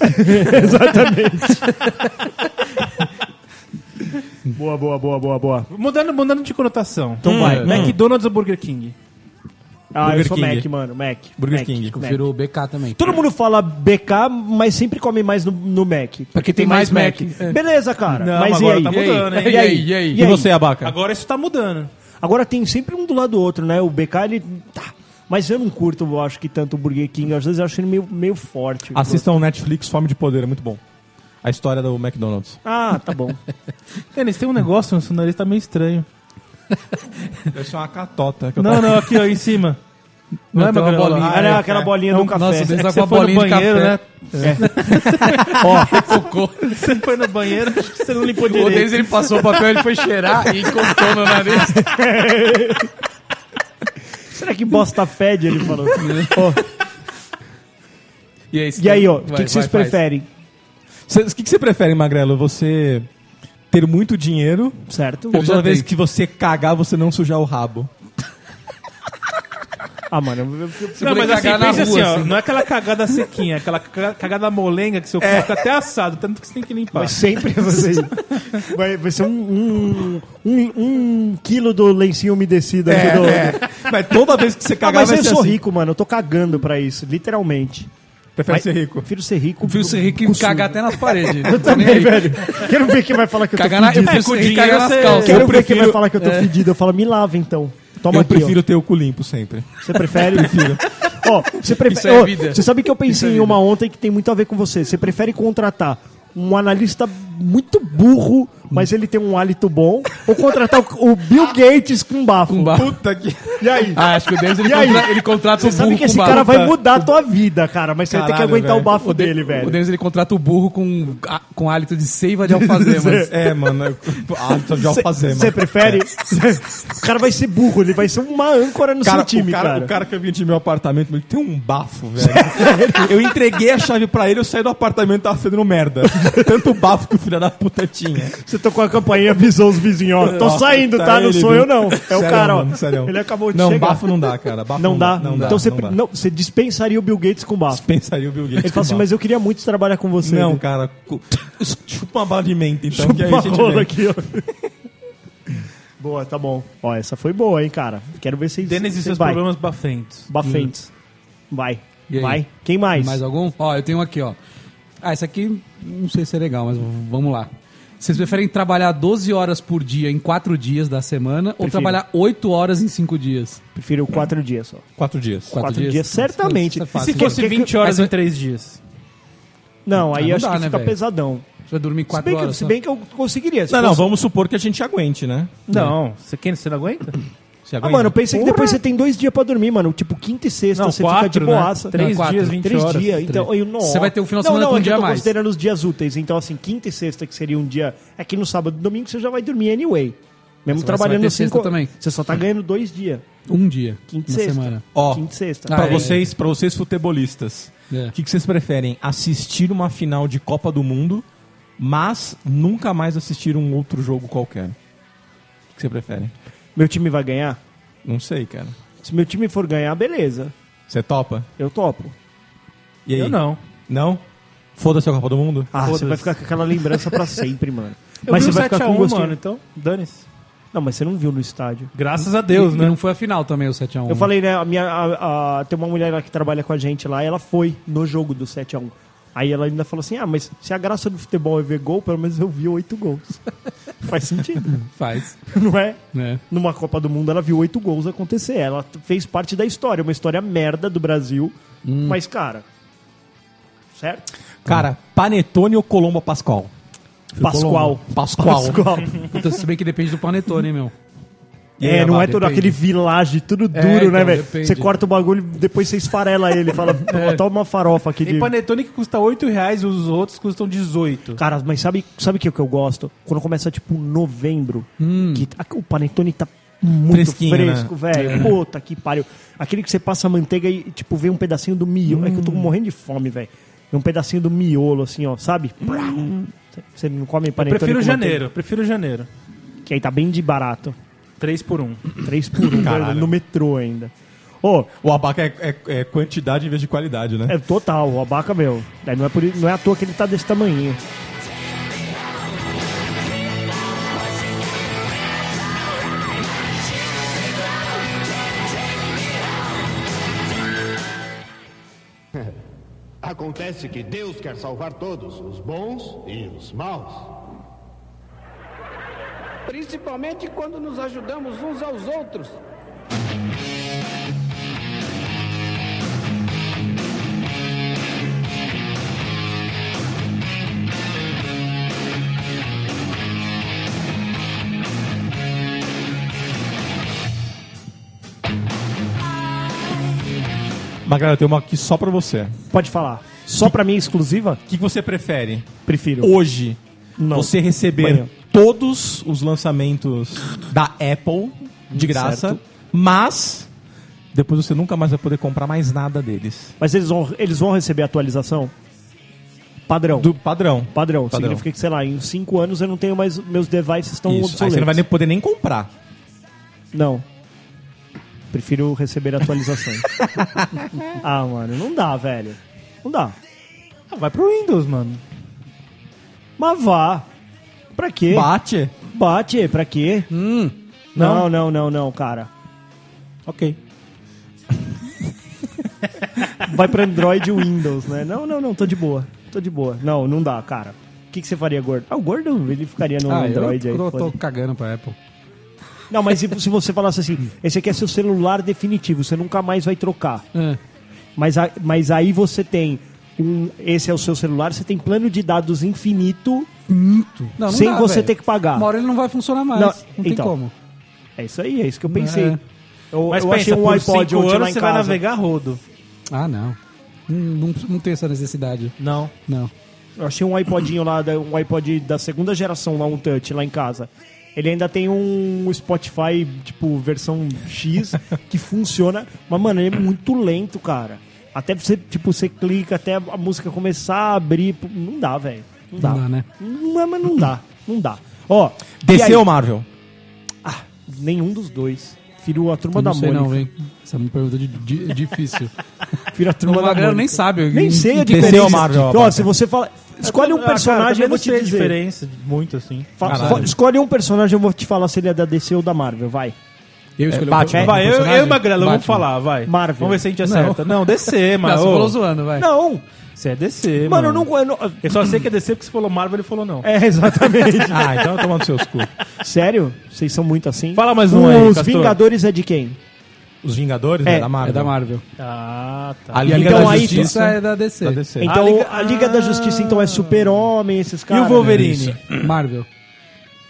Speaker 2: Boa, boa, boa, boa, boa.
Speaker 4: mudando, mudando de conotação.
Speaker 2: Então vai.
Speaker 4: É. McDonald's ou Burger King?
Speaker 2: Ah,
Speaker 1: Burger
Speaker 2: eu sou
Speaker 1: King.
Speaker 2: Mac, mano. Mac.
Speaker 1: Burger
Speaker 2: Mac,
Speaker 1: King.
Speaker 2: Mac.
Speaker 3: Virou BK também.
Speaker 2: Todo mundo fala BK, mas sempre come mais no, no Mac. Porque, tem, mais Mac.
Speaker 3: É.
Speaker 2: Beleza, cara.
Speaker 4: Não,
Speaker 2: mas e
Speaker 4: agora
Speaker 2: aí?
Speaker 4: tá
Speaker 3: E aí?
Speaker 4: mudando, hein?
Speaker 3: E aí? E aí?
Speaker 1: E, você, Abaca?
Speaker 4: Agora isso tá mudando.
Speaker 2: Agora tem sempre um do lado do outro, né? O BK, ele... Tá. Mas eu não curto, eu acho que tanto o Burger King. Às vezes eu acho ele meio, meio forte.
Speaker 1: Assistam o Netflix Fome de Poder, é muito bom. A história do McDonald's.
Speaker 2: Ah, tá bom.
Speaker 4: Tênis, tem um negócio no seu nariz tá meio estranho.
Speaker 1: Deve ser uma catota. Que eu
Speaker 4: Não,
Speaker 1: tava-
Speaker 4: não, aqui, ó, em cima.
Speaker 3: Não,
Speaker 4: é
Speaker 3: tem uma
Speaker 4: Magrelo?
Speaker 3: bolinha.
Speaker 4: Ah,
Speaker 2: Era
Speaker 4: é.
Speaker 2: né, aquela bolinha do café.
Speaker 3: Nossa,
Speaker 4: É que
Speaker 3: pensava com
Speaker 4: você
Speaker 3: a
Speaker 4: foi no
Speaker 3: bolinha de
Speaker 4: banheiro,
Speaker 3: café.
Speaker 4: né?
Speaker 2: É.
Speaker 3: Focou.
Speaker 4: Você foi no banheiro, acho que você não limpou
Speaker 3: O
Speaker 4: direito.
Speaker 3: Denis, ele passou o papel, ele foi cheirar e encostou no nariz.
Speaker 2: Será que bosta fede? Ele falou. Ó,
Speaker 3: E é aí,
Speaker 2: e aí, ó. O
Speaker 3: vai,
Speaker 2: que, que
Speaker 3: vai,
Speaker 2: vocês
Speaker 3: faz.
Speaker 2: preferem?
Speaker 1: Cê- O que, que você prefere, Magrelo? Você ter muito dinheiro
Speaker 2: Certo?
Speaker 1: ou
Speaker 3: já
Speaker 1: toda vez
Speaker 3: tenho.
Speaker 1: que você cagar, você não sujar o rabo?
Speaker 2: Ah, mano. eu- eu-
Speaker 3: Você poderia cagar na rua, assim.
Speaker 4: não é aquela cagada sequinha, é aquela ca- cagada molenga que seu corpo fica até assado, tanto que você tem que limpar.
Speaker 2: Mas sempre você. Vai, vai ser um, um, um, um quilo do lencinho umedecido aqui do.
Speaker 1: É, Mas toda vez que você
Speaker 2: Ah,
Speaker 1: cagar,
Speaker 2: mas
Speaker 1: vai
Speaker 2: eu
Speaker 1: ser
Speaker 2: sou
Speaker 1: assim.
Speaker 2: rico, mano. Eu tô cagando pra isso, literalmente.
Speaker 1: Prefere ser rico.
Speaker 2: Prefiro ser rico.
Speaker 3: Viu ser rico e cagar até nas paredes.
Speaker 2: Eu também, velho. Quero ver quem vai falar que eu tô
Speaker 3: Cagar na, eu
Speaker 2: fedido.
Speaker 4: É,
Speaker 3: prefiro
Speaker 4: com
Speaker 3: ser rico e
Speaker 4: dinheiro
Speaker 3: cagar nas
Speaker 4: você-
Speaker 3: calças.
Speaker 2: Quero
Speaker 1: eu
Speaker 2: ver quem
Speaker 1: prefiro-
Speaker 2: vai falar que eu tô
Speaker 3: É.
Speaker 2: fedido. Eu falo, me lava então. Toma
Speaker 1: Eu
Speaker 2: aqui,
Speaker 1: prefiro ter o cu limpo sempre.
Speaker 2: Você prefere? Prefiro. Ó, você
Speaker 3: Isso
Speaker 2: prefere.
Speaker 3: é
Speaker 2: ó,
Speaker 3: vida.
Speaker 2: você sabe que eu pensei em uma ontem que tem muito a ver com você. Você prefere contratar um analista muito burro, mas ele tem um hálito bom, ou contratar o, o Bill Gates com bafo?
Speaker 3: Com bafo.
Speaker 1: Puta que.
Speaker 2: E aí?
Speaker 3: Ah, acho que o Denis ele,
Speaker 2: E aí?
Speaker 3: contra- ele contrata
Speaker 2: Você
Speaker 3: o burro
Speaker 2: sabe que esse
Speaker 3: com
Speaker 2: cara
Speaker 3: bafo.
Speaker 2: vai mudar a tua vida, cara, mas você vai ter que
Speaker 1: Caralho,
Speaker 2: aguentar
Speaker 1: velho.
Speaker 2: o bafo
Speaker 3: O De-
Speaker 2: dele, velho.
Speaker 3: O Denis ele contrata o burro com, a- com hálito de seiva de alfazema.
Speaker 1: É, mano. eu- Ah, tô de alfazema.
Speaker 2: Você prefere? o cara vai ser burro, ele vai ser uma âncora no
Speaker 1: Cara,
Speaker 2: seu time,
Speaker 1: o cara,
Speaker 2: cara.
Speaker 1: o cara que eu vim de meu apartamento, ele tem um bafo, velho. eu entreguei a chave pra ele, eu saí do apartamento e tava fedendo merda. Tanto bafo que o filho da puta tinha.
Speaker 2: Você tocou a campainha, avisou os vizinhos, ó. Tô
Speaker 1: Ó,
Speaker 2: saindo,
Speaker 1: tá
Speaker 2: tá? Não
Speaker 1: ele,
Speaker 2: sou
Speaker 1: viu?
Speaker 2: eu, não. É o
Speaker 1: Sério,
Speaker 2: cara, ó.
Speaker 1: mano, sério.
Speaker 2: Ele acabou de
Speaker 1: Não,
Speaker 2: chegar.
Speaker 1: bafo não dá, cara. Bafo
Speaker 2: Não dá?
Speaker 1: Não dá.
Speaker 2: Então você,
Speaker 1: não dá.
Speaker 2: não, você dispensaria o Bill Gates com bafo.
Speaker 1: Pensaria o Bill Gates.
Speaker 2: Ele fala assim,
Speaker 1: com
Speaker 2: mas eu queria muito trabalhar com
Speaker 1: bafo.
Speaker 2: você.
Speaker 1: Não,
Speaker 2: Ele-
Speaker 1: cara. cu- Chupa uma bala de menta, então, que aí
Speaker 2: Uma
Speaker 1: a gente
Speaker 2: rola
Speaker 1: vê.
Speaker 2: aqui, ó. boa, tá bom. Ó, essa foi boa, hein, cara. Quero ver se
Speaker 4: Denis e seus
Speaker 2: vai.
Speaker 4: problemas bafentos.
Speaker 2: Bafentes. Vai.
Speaker 3: E aí?
Speaker 2: Vai. Quem mais?
Speaker 3: Mais algum? Ó, eu tenho aqui, ó. Ah, esse aqui não sei se é legal, mas v- vamos lá. Vocês preferem trabalhar 12 horas por dia em 4 dias da semana ou trabalhar 8 horas em 5 dias?
Speaker 2: Prefiro quatro dias só.
Speaker 1: Quatro dias.
Speaker 3: Quatro
Speaker 2: Quatro dias,
Speaker 3: dias?
Speaker 2: certamente.
Speaker 3: Isso é fácil,
Speaker 4: Se
Speaker 3: né?
Speaker 4: fosse
Speaker 2: que-
Speaker 4: 20 horas
Speaker 3: mas-
Speaker 4: em 3 dias.
Speaker 2: Não, aí
Speaker 3: não
Speaker 2: acho
Speaker 3: dá,
Speaker 2: que
Speaker 3: né,
Speaker 2: fica
Speaker 3: velho?
Speaker 2: pesadão.
Speaker 3: Você vai dormir
Speaker 2: Se
Speaker 3: 4
Speaker 2: bem, que,
Speaker 3: horas.
Speaker 2: se
Speaker 3: só.
Speaker 2: bem que eu conseguiria. se
Speaker 1: Não, não,
Speaker 2: fosse-
Speaker 1: vamos supor que a gente aguente, né?
Speaker 4: Não, você, quem, você não aguenta?
Speaker 1: Você
Speaker 2: Ah,
Speaker 1: aguenta?
Speaker 2: mano, eu pensei que depois você tem dois dias pra dormir, mano. Tipo, quinta e sexta,
Speaker 4: Não,
Speaker 2: você fica
Speaker 4: quatro,
Speaker 2: de
Speaker 4: né?
Speaker 2: boaça.
Speaker 4: Três
Speaker 2: Não,
Speaker 4: dias,
Speaker 2: quatro.
Speaker 4: 20
Speaker 2: Três
Speaker 4: horas.
Speaker 2: dias, então...
Speaker 3: Três.
Speaker 2: Eu, não,
Speaker 3: Você vai ter um final de
Speaker 2: não,
Speaker 3: semana
Speaker 2: não,
Speaker 3: com
Speaker 2: é
Speaker 3: um
Speaker 2: que
Speaker 3: dia
Speaker 2: eu
Speaker 3: a
Speaker 2: tô
Speaker 3: mais.
Speaker 2: considerando os dias úteis. Então, assim, quinta e sexta, que seria um dia... É que no sábado e domingo você já vai dormir anyway. Mesmo
Speaker 3: Você vai- você vai
Speaker 2: trabalhando
Speaker 3: ter sexta
Speaker 2: cinco...
Speaker 3: também.
Speaker 2: Você só tá ganhando dois dias.
Speaker 3: Um dia.
Speaker 2: Quinta e
Speaker 3: na
Speaker 2: sexta.
Speaker 3: semana.
Speaker 1: Ó,
Speaker 2: Quinta e sexta.
Speaker 3: Ah,
Speaker 1: Pra
Speaker 3: é.
Speaker 1: vocês, para vocês futebolistas, o
Speaker 3: É.
Speaker 1: que, que vocês preferem? Assistir uma final de Copa do Mundo, mas nunca mais assistir um outro jogo qualquer? O que você prefere?
Speaker 2: Meu time vai ganhar?
Speaker 1: Não sei, cara.
Speaker 2: Se meu time for ganhar, beleza.
Speaker 1: Você topa?
Speaker 2: Eu topo.
Speaker 1: E aí?
Speaker 4: Eu não.
Speaker 1: Não? Foda-se a Copa do Mundo?
Speaker 2: Ah, você
Speaker 4: Foda-se.
Speaker 2: vai ficar com aquela lembrança pra sempre, mano.
Speaker 4: Eu
Speaker 2: mas você
Speaker 4: vi um
Speaker 2: vai ficar
Speaker 4: 7 a
Speaker 2: com
Speaker 4: 1,
Speaker 2: gostinho.
Speaker 4: mano, então dane-se.
Speaker 2: Não, mas você não viu no estádio.
Speaker 4: Graças a Deus,
Speaker 3: e,
Speaker 4: né?
Speaker 3: e não foi a um. final também, o 7x1.
Speaker 2: Eu falei, né? A minha, a- a- tem uma mulher lá que trabalha com a gente lá, ela foi no jogo do 7x1. Aí ela ainda falou assim: ah, mas se a graça do futebol é ver gol, pelo menos eu vi oito gols. Faz sentido,
Speaker 3: Faz.
Speaker 2: não é?
Speaker 3: né?
Speaker 2: Numa Copa do Mundo ela viu oito gols acontecer. Ela t- fez parte da história, uma história merda do Brasil. Mas, cara. Certo?
Speaker 1: Cara, Panetone ou Colombo Pascoal?
Speaker 2: Pascoal.
Speaker 1: Pascoal.
Speaker 2: Pascoal.
Speaker 3: Então, se bem que depende do panetone, hein, meu.
Speaker 1: E
Speaker 2: É,
Speaker 1: aí,
Speaker 2: não é
Speaker 1: Amado?
Speaker 2: todo
Speaker 3: depende.
Speaker 2: aquele village, tudo duro,
Speaker 3: então,
Speaker 2: né, velho?
Speaker 3: depende.
Speaker 2: Você corta o bagulho, depois você esfarela ele. Fala, "Pô, toma uma farofa aqui
Speaker 4: Tem
Speaker 2: de...
Speaker 4: panetone que custa 8 reais e os outros custam 18.
Speaker 2: Cara, mas sabe o sabe o que, que eu gosto? Quando começa, tipo, novembro, que a- o panetone tá muito
Speaker 1: Fresquinho,
Speaker 2: fresco, velho. Puta que pariu. Aquele que você passa a manteiga e, tipo, vem um pedacinho do miolo. É que eu tô morrendo de fome, velho. Vem um pedacinho do miolo, assim, ó, sabe? Você não come panetone
Speaker 4: prefiro
Speaker 2: com manteiga,
Speaker 4: janeiro, prefiro janeiro.
Speaker 2: que aí tá bem de barato.
Speaker 4: 3 por 1.
Speaker 2: Três por um,
Speaker 1: Caralho.
Speaker 2: velho, no metrô ainda. Ô,
Speaker 1: O abaca é, é- é quantidade em vez de qualidade, né?
Speaker 2: É total, o abaca, meu. É, não, é por, i- não é à toa que ele tá desse tamanhinho.
Speaker 6: Acontece que Deus quer salvar todos, os bons e os maus.
Speaker 7: Principalmente quando nos ajudamos uns aos outros.
Speaker 1: Mas, cara, eu tenho uma aqui só pra você.
Speaker 2: Pode falar. Só pra mim exclusiva?
Speaker 1: O que que você prefere?
Speaker 2: Prefiro.
Speaker 1: Hoje,
Speaker 2: Não.
Speaker 1: você receber
Speaker 2: Amanhã.
Speaker 1: todos os lançamentos da Apple de graça, mas depois você nunca mais vai poder comprar mais nada deles.
Speaker 2: Mas eles vão, eles vão receber atualização? Padrão.
Speaker 1: Do padrão.
Speaker 2: Padrão.
Speaker 1: Padrão.
Speaker 2: Significa que, sei lá, em cinco anos eu não tenho mais. Meus devices estão
Speaker 1: Isso. Aí
Speaker 2: obsoletos.
Speaker 1: você não vai nem poder nem comprar.
Speaker 2: Não. Prefiro receber atualizações. ah, mano, não dá, velho. Não dá.
Speaker 4: Ah, vai pro Windows, mano.
Speaker 2: Mas vá. Pra quê?
Speaker 1: Bate.
Speaker 2: Bate, pra quê? Hum, Não, não, não, não, cara.
Speaker 4: Ok.
Speaker 2: Vai pra Android e Windows, né? Não, não, não, tô de boa. Tô de boa. Não, não dá, cara. O que, que você faria, gordo? Ah, o gordo, ele ficaria no
Speaker 3: Ah,
Speaker 2: Android
Speaker 3: eu
Speaker 2: aí.
Speaker 3: tô, tô
Speaker 2: foda.
Speaker 3: cagando pra Apple.
Speaker 2: Não, mas se, se você falasse assim, esse aqui é seu celular definitivo, você nunca mais vai trocar.
Speaker 3: É.
Speaker 2: Mas, a- mas aí você tem um. Esse é o seu celular, você tem plano de dados infinito.
Speaker 3: Não, não
Speaker 2: Sem
Speaker 3: dá,
Speaker 2: você
Speaker 3: velho.
Speaker 2: ter que pagar.
Speaker 3: Uma hora ele não vai funcionar mais.
Speaker 2: Não,
Speaker 3: Não, tem
Speaker 2: então.
Speaker 3: como.
Speaker 2: É isso aí, é isso que eu pensei.
Speaker 3: É.
Speaker 2: Eu,
Speaker 4: Mas
Speaker 2: eu
Speaker 4: pensa,
Speaker 2: achei um
Speaker 4: por
Speaker 2: iPod
Speaker 4: cinco
Speaker 2: ontem lá
Speaker 4: anos
Speaker 2: em
Speaker 4: você vai
Speaker 2: casa.
Speaker 4: navegar rodo.
Speaker 3: Ah, não. Hum, Não, não tem essa necessidade.
Speaker 4: Não.
Speaker 3: Não.
Speaker 2: Eu achei um iPodinho lá, da- um iPod da segunda geração lá, um touch lá em casa. Ele ainda tem um Spotify, tipo, versão X, que funciona. Mas, mano, ele é muito lento, cara. Até você, tipo, você clica até a música começar a abrir. pô, Não dá, velho. Não dá.
Speaker 3: Não dá, né? um-
Speaker 2: Não, mas não dá. Não dá. Ó, e
Speaker 1: Desceu,
Speaker 2: aí?
Speaker 1: Marvel.
Speaker 2: Ah, nenhum dos dois. Filho a turma
Speaker 3: Eu
Speaker 2: da
Speaker 3: não sei
Speaker 2: Mônica.
Speaker 3: não, vem. Essa é uma pergunta de, de- difícil.
Speaker 2: Filho a turma
Speaker 3: Uma
Speaker 2: da
Speaker 3: galera
Speaker 2: Mônica.
Speaker 3: nem sabe.
Speaker 2: Nem sei a
Speaker 3: Desceu,
Speaker 2: diferença.
Speaker 1: Marvel,
Speaker 2: Ó,
Speaker 1: abaca.
Speaker 2: se você fala... Escolhe um
Speaker 4: Ah, cara,
Speaker 2: personagem,
Speaker 4: também
Speaker 2: eu vou
Speaker 4: não
Speaker 2: te
Speaker 4: sei a
Speaker 2: dizer.
Speaker 4: diferença de- muito assim.
Speaker 2: Fa-
Speaker 1: Caralho.
Speaker 2: fa- escolhe um personagem, eu vou te falar se ele é da DC ou da Marvel, vai.
Speaker 3: Eu escolhi
Speaker 1: É, Batman.
Speaker 3: o
Speaker 4: Vai, eu,
Speaker 3: personagem?
Speaker 4: eu e Magrela, vamos
Speaker 3: Batman.
Speaker 4: falar, vai.
Speaker 2: Marvel.
Speaker 4: Vamos ver se a gente acerta. Não, DC,
Speaker 3: Não,
Speaker 4: mano.
Speaker 3: você falou
Speaker 4: Ô,
Speaker 3: zoando, vai.
Speaker 2: Não!
Speaker 4: Você é DC,
Speaker 2: Mano,
Speaker 4: mano.
Speaker 2: eu não. Eu não
Speaker 4: Eu só sei que é DC porque você falou Marvel, ele falou não.
Speaker 2: é, exatamente.
Speaker 1: Ah, então eu tomando seus cu.
Speaker 2: Sério? Vocês são muito assim?
Speaker 4: Fala mais um aí,
Speaker 2: Os
Speaker 4: Castor.
Speaker 2: Vingadores é de quem?
Speaker 1: Os Vingadores
Speaker 2: É,
Speaker 1: é, da Marvel.
Speaker 3: É da Marvel.
Speaker 4: Ah, tá.
Speaker 1: A Liga
Speaker 2: Então
Speaker 1: da
Speaker 2: aí,
Speaker 1: Justiça
Speaker 3: Justiça é da DC.
Speaker 1: da DC.
Speaker 2: Então, a Liga,
Speaker 4: A Liga-
Speaker 2: da Justiça, então, é Super-Homem, esses
Speaker 4: E
Speaker 2: caras. né?
Speaker 4: o Wolverine?
Speaker 3: Marvel.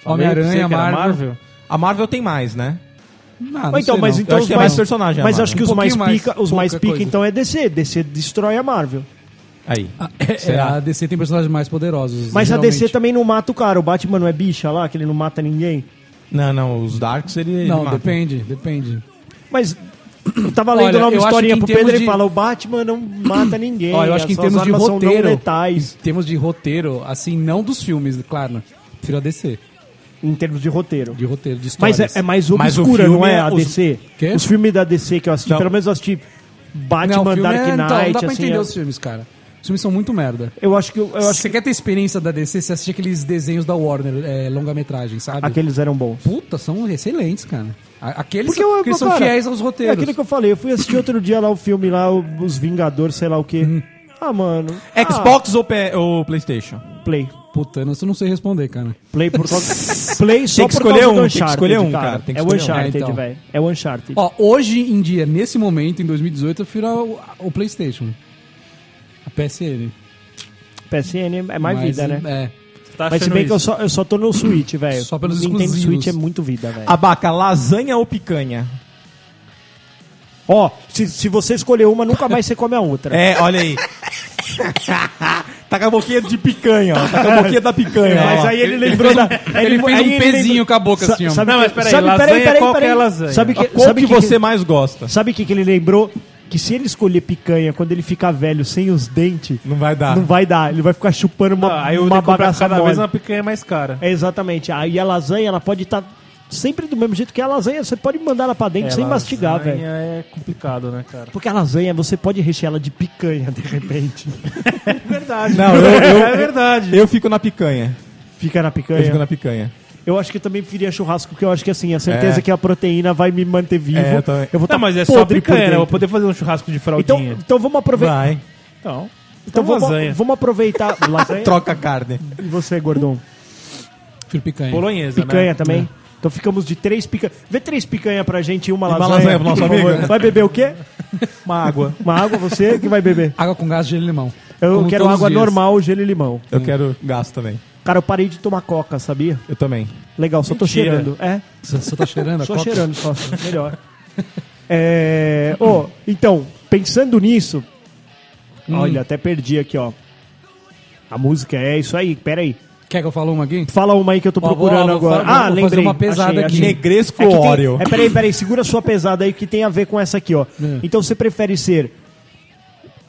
Speaker 4: Falei pra você
Speaker 3: Homem-Aranha,
Speaker 4: que era
Speaker 3: Marvel.
Speaker 1: A Marvel tem mais, né?
Speaker 3: Ah, não
Speaker 2: Mas então,
Speaker 3: sei
Speaker 2: mas
Speaker 3: não.
Speaker 2: então
Speaker 1: acho
Speaker 2: os
Speaker 1: que é
Speaker 2: mais
Speaker 1: mais personagem, a
Speaker 2: Mas
Speaker 1: Marvel.
Speaker 2: acho que
Speaker 3: Um
Speaker 2: os mais
Speaker 3: pouquinho mais,
Speaker 2: pica, os mais
Speaker 3: pouca
Speaker 2: pica,
Speaker 3: coisa.
Speaker 2: então, é DC. DC destrói a Marvel.
Speaker 1: Aí.
Speaker 3: É,
Speaker 1: Será?
Speaker 3: a DC tem personagens mais poderosos.
Speaker 2: Mas a
Speaker 3: geralmente.
Speaker 2: DC também não mata o cara. O Batman não é bicha lá, que ele não mata ninguém.
Speaker 1: Não, não, os Darks ele. ele
Speaker 3: Não,
Speaker 1: mata.
Speaker 3: depende, depende.
Speaker 2: Mas eu tava lendo
Speaker 3: Olha,
Speaker 2: lá uma
Speaker 3: eu acho
Speaker 2: historinha
Speaker 3: que em
Speaker 2: pro Pedro e
Speaker 3: termos
Speaker 2: ele
Speaker 3: de-
Speaker 2: fala: o Batman não mata ninguém.
Speaker 3: Ó, eu acho que em
Speaker 2: essas
Speaker 3: termos de
Speaker 2: armas são
Speaker 3: roteiro,
Speaker 2: Não
Speaker 3: em
Speaker 2: letais,
Speaker 3: termos de roteiro, assim, não dos filmes, claro, né? prefiro a DC,
Speaker 2: em termos de roteiro.
Speaker 3: de roteiro, de
Speaker 2: Mas
Speaker 3: histórias.
Speaker 2: é, é mais
Speaker 1: Mas o
Speaker 2: obscura,
Speaker 1: filme
Speaker 2: não é
Speaker 1: é
Speaker 2: a
Speaker 1: os-
Speaker 2: DC?
Speaker 3: Quê?
Speaker 2: Os filmes da DC que eu assisti,
Speaker 1: Não.
Speaker 2: pelo menos eu assisti
Speaker 3: Não, o
Speaker 2: Batman,
Speaker 3: filme
Speaker 2: Dark
Speaker 3: é-
Speaker 2: Knight,
Speaker 3: então, não dá pra
Speaker 2: assim,
Speaker 3: entender
Speaker 2: é-
Speaker 3: os filmes, cara. Os filmes são muito merda.
Speaker 2: Eu acho que eu, eu
Speaker 3: Se
Speaker 2: acho
Speaker 3: você quer ter experiência da DC, você assiste aqueles desenhos da Warner, é, longa-metragem, sabe?
Speaker 2: que aqueles eram bons.
Speaker 3: Puta, são excelentes, cara. A- Aqueles
Speaker 2: Porque
Speaker 3: são,
Speaker 2: eu,
Speaker 3: porque
Speaker 2: eu-
Speaker 3: são
Speaker 2: cara,
Speaker 3: fiéis aos roteiros.
Speaker 2: É aquilo que eu falei, eu fui assistir outro dia lá o filme lá, o- Os Vingadores, sei lá o
Speaker 3: Hum.
Speaker 2: quê. Ah, mano. ah,
Speaker 1: Xbox ou, P- ou PlayStation?
Speaker 2: Play.
Speaker 3: Puta, eu não- eu não sei responder, cara.
Speaker 2: Play por causa. Play só
Speaker 1: Tem que
Speaker 2: por causa
Speaker 1: escolher um,
Speaker 2: do
Speaker 1: tem que
Speaker 2: Uncharted.
Speaker 1: escolher um, cara, tem que
Speaker 2: É o
Speaker 1: escolher um.
Speaker 2: Uncharted,
Speaker 3: É, então.
Speaker 2: velho. É o Uncharted.
Speaker 3: Ó, hoje em dia, nesse momento, em 2018, eu prefiro a- o PlayStation. A PSN.
Speaker 2: PSN é mais
Speaker 3: Mas,
Speaker 2: vida, né?
Speaker 3: É.
Speaker 4: Tá
Speaker 2: Mas se
Speaker 4: achando
Speaker 2: bem que eu
Speaker 4: isso?
Speaker 2: só, eu só tô no Switch, velho.
Speaker 3: Só pelos
Speaker 2: Nintendo
Speaker 3: exclusivos.
Speaker 2: Switch é muito vida, velho.
Speaker 1: Abaca, lasanha ou picanha?
Speaker 2: Ó, se, se você escolher uma, nunca mais você come a outra.
Speaker 1: É, olha aí. tá com a boquinha de picanha, ó. Tá com a boquinha da picanha. ó.
Speaker 2: É, Mas aí ele lembrou da.
Speaker 3: ele fez um pezinho com a boca, assim, ó.
Speaker 4: Não, mas peraí, lasanha, qual que é a lasanha?
Speaker 2: Sabe que,
Speaker 1: Qual
Speaker 2: sabe
Speaker 1: que
Speaker 2: que
Speaker 1: você mais gosta?
Speaker 2: Sabe o que, que ele lembrou? Que se ele escolher picanha quando ele ficar velho, sem os dentes,
Speaker 1: Não vai dar.
Speaker 2: não vai dar. Ele vai ficar chupando uma,
Speaker 4: Ah, Aí eu
Speaker 2: uma
Speaker 4: tenho que comprar
Speaker 2: bagaça
Speaker 4: cada
Speaker 2: mole.
Speaker 4: vez uma picanha mais cara.
Speaker 2: É, exatamente. Aí a lasanha, ela pode estar sempre do mesmo jeito que a lasanha. Você pode mandar ela pra dentro sem mastigar,
Speaker 4: É, lasanha
Speaker 2: velho.
Speaker 4: É complicado, né, cara?
Speaker 2: Porque a lasanha, você pode rechear ela de picanha, de repente.
Speaker 1: Não, eu, eu-
Speaker 4: É verdade.
Speaker 1: eu fico na picanha.
Speaker 2: Fica na
Speaker 1: Eu
Speaker 2: picanha.
Speaker 1: fico na picanha.
Speaker 2: Eu acho que eu também preferia churrasco, porque eu acho que assim, a certeza
Speaker 1: É.
Speaker 2: que a proteína vai me manter vivo.
Speaker 1: É, eu também.
Speaker 2: eu vou
Speaker 4: Tá,
Speaker 2: tá
Speaker 4: mas é só
Speaker 2: podre por
Speaker 4: picanha, né? Eu
Speaker 2: dentro.
Speaker 4: vou poder fazer um churrasco de
Speaker 2: Então,
Speaker 4: fraldinha.
Speaker 2: então vamos aproveitar.
Speaker 1: Vai.
Speaker 4: Então,
Speaker 2: Então
Speaker 4: então
Speaker 2: vamos,
Speaker 4: lasanha.
Speaker 2: vamos aproveitar. Lasanha?
Speaker 1: Troca a carne.
Speaker 2: E você, gordão?
Speaker 3: Prefiro picanha.
Speaker 4: Bolonhesa,
Speaker 2: Picanha
Speaker 4: né?
Speaker 2: também? Então ficamos de três picanhas. Vê três picanhas pra gente e uma
Speaker 1: uma
Speaker 2: lasanha.
Speaker 1: lasanha pro nosso
Speaker 2: por favor.
Speaker 1: amigo.
Speaker 2: Vai beber o quê?
Speaker 1: Uma água.
Speaker 2: Uma água, você que vai beber.
Speaker 3: Água com gás, gelo e limão.
Speaker 2: Eu
Speaker 3: Como
Speaker 2: quero
Speaker 3: todos os
Speaker 2: água
Speaker 3: dias.
Speaker 2: normal, gelo e limão.
Speaker 1: Eu quero gás também.
Speaker 2: Cara, eu parei de tomar coca, sabia?
Speaker 1: Eu também.
Speaker 2: Legal, só tô
Speaker 4: Mentira.
Speaker 2: cheirando. É,
Speaker 3: Você você tá cheirando a
Speaker 2: só
Speaker 3: coca?
Speaker 2: cheirando só. Melhor. É. Ô, então, pensando nisso.
Speaker 3: Hum.
Speaker 2: Olha, até perdi aqui, ó. A música é isso aí, peraí.
Speaker 3: Quer que eu fale uma aqui?
Speaker 2: Fala uma aí que eu tô
Speaker 3: Ó, vou-
Speaker 2: procurando
Speaker 3: ó, vou
Speaker 2: agora.
Speaker 3: fa-
Speaker 2: ah,
Speaker 3: vou fazer
Speaker 2: lembrei.
Speaker 3: uma pesada
Speaker 2: achei,
Speaker 3: aqui.
Speaker 2: achei.
Speaker 1: Negresco
Speaker 2: É que tem-
Speaker 1: Oreo.
Speaker 2: É, peraí, peraí, segura a sua pesada aí que tem a ver com essa aqui, ó.
Speaker 3: É.
Speaker 2: Então você prefere ser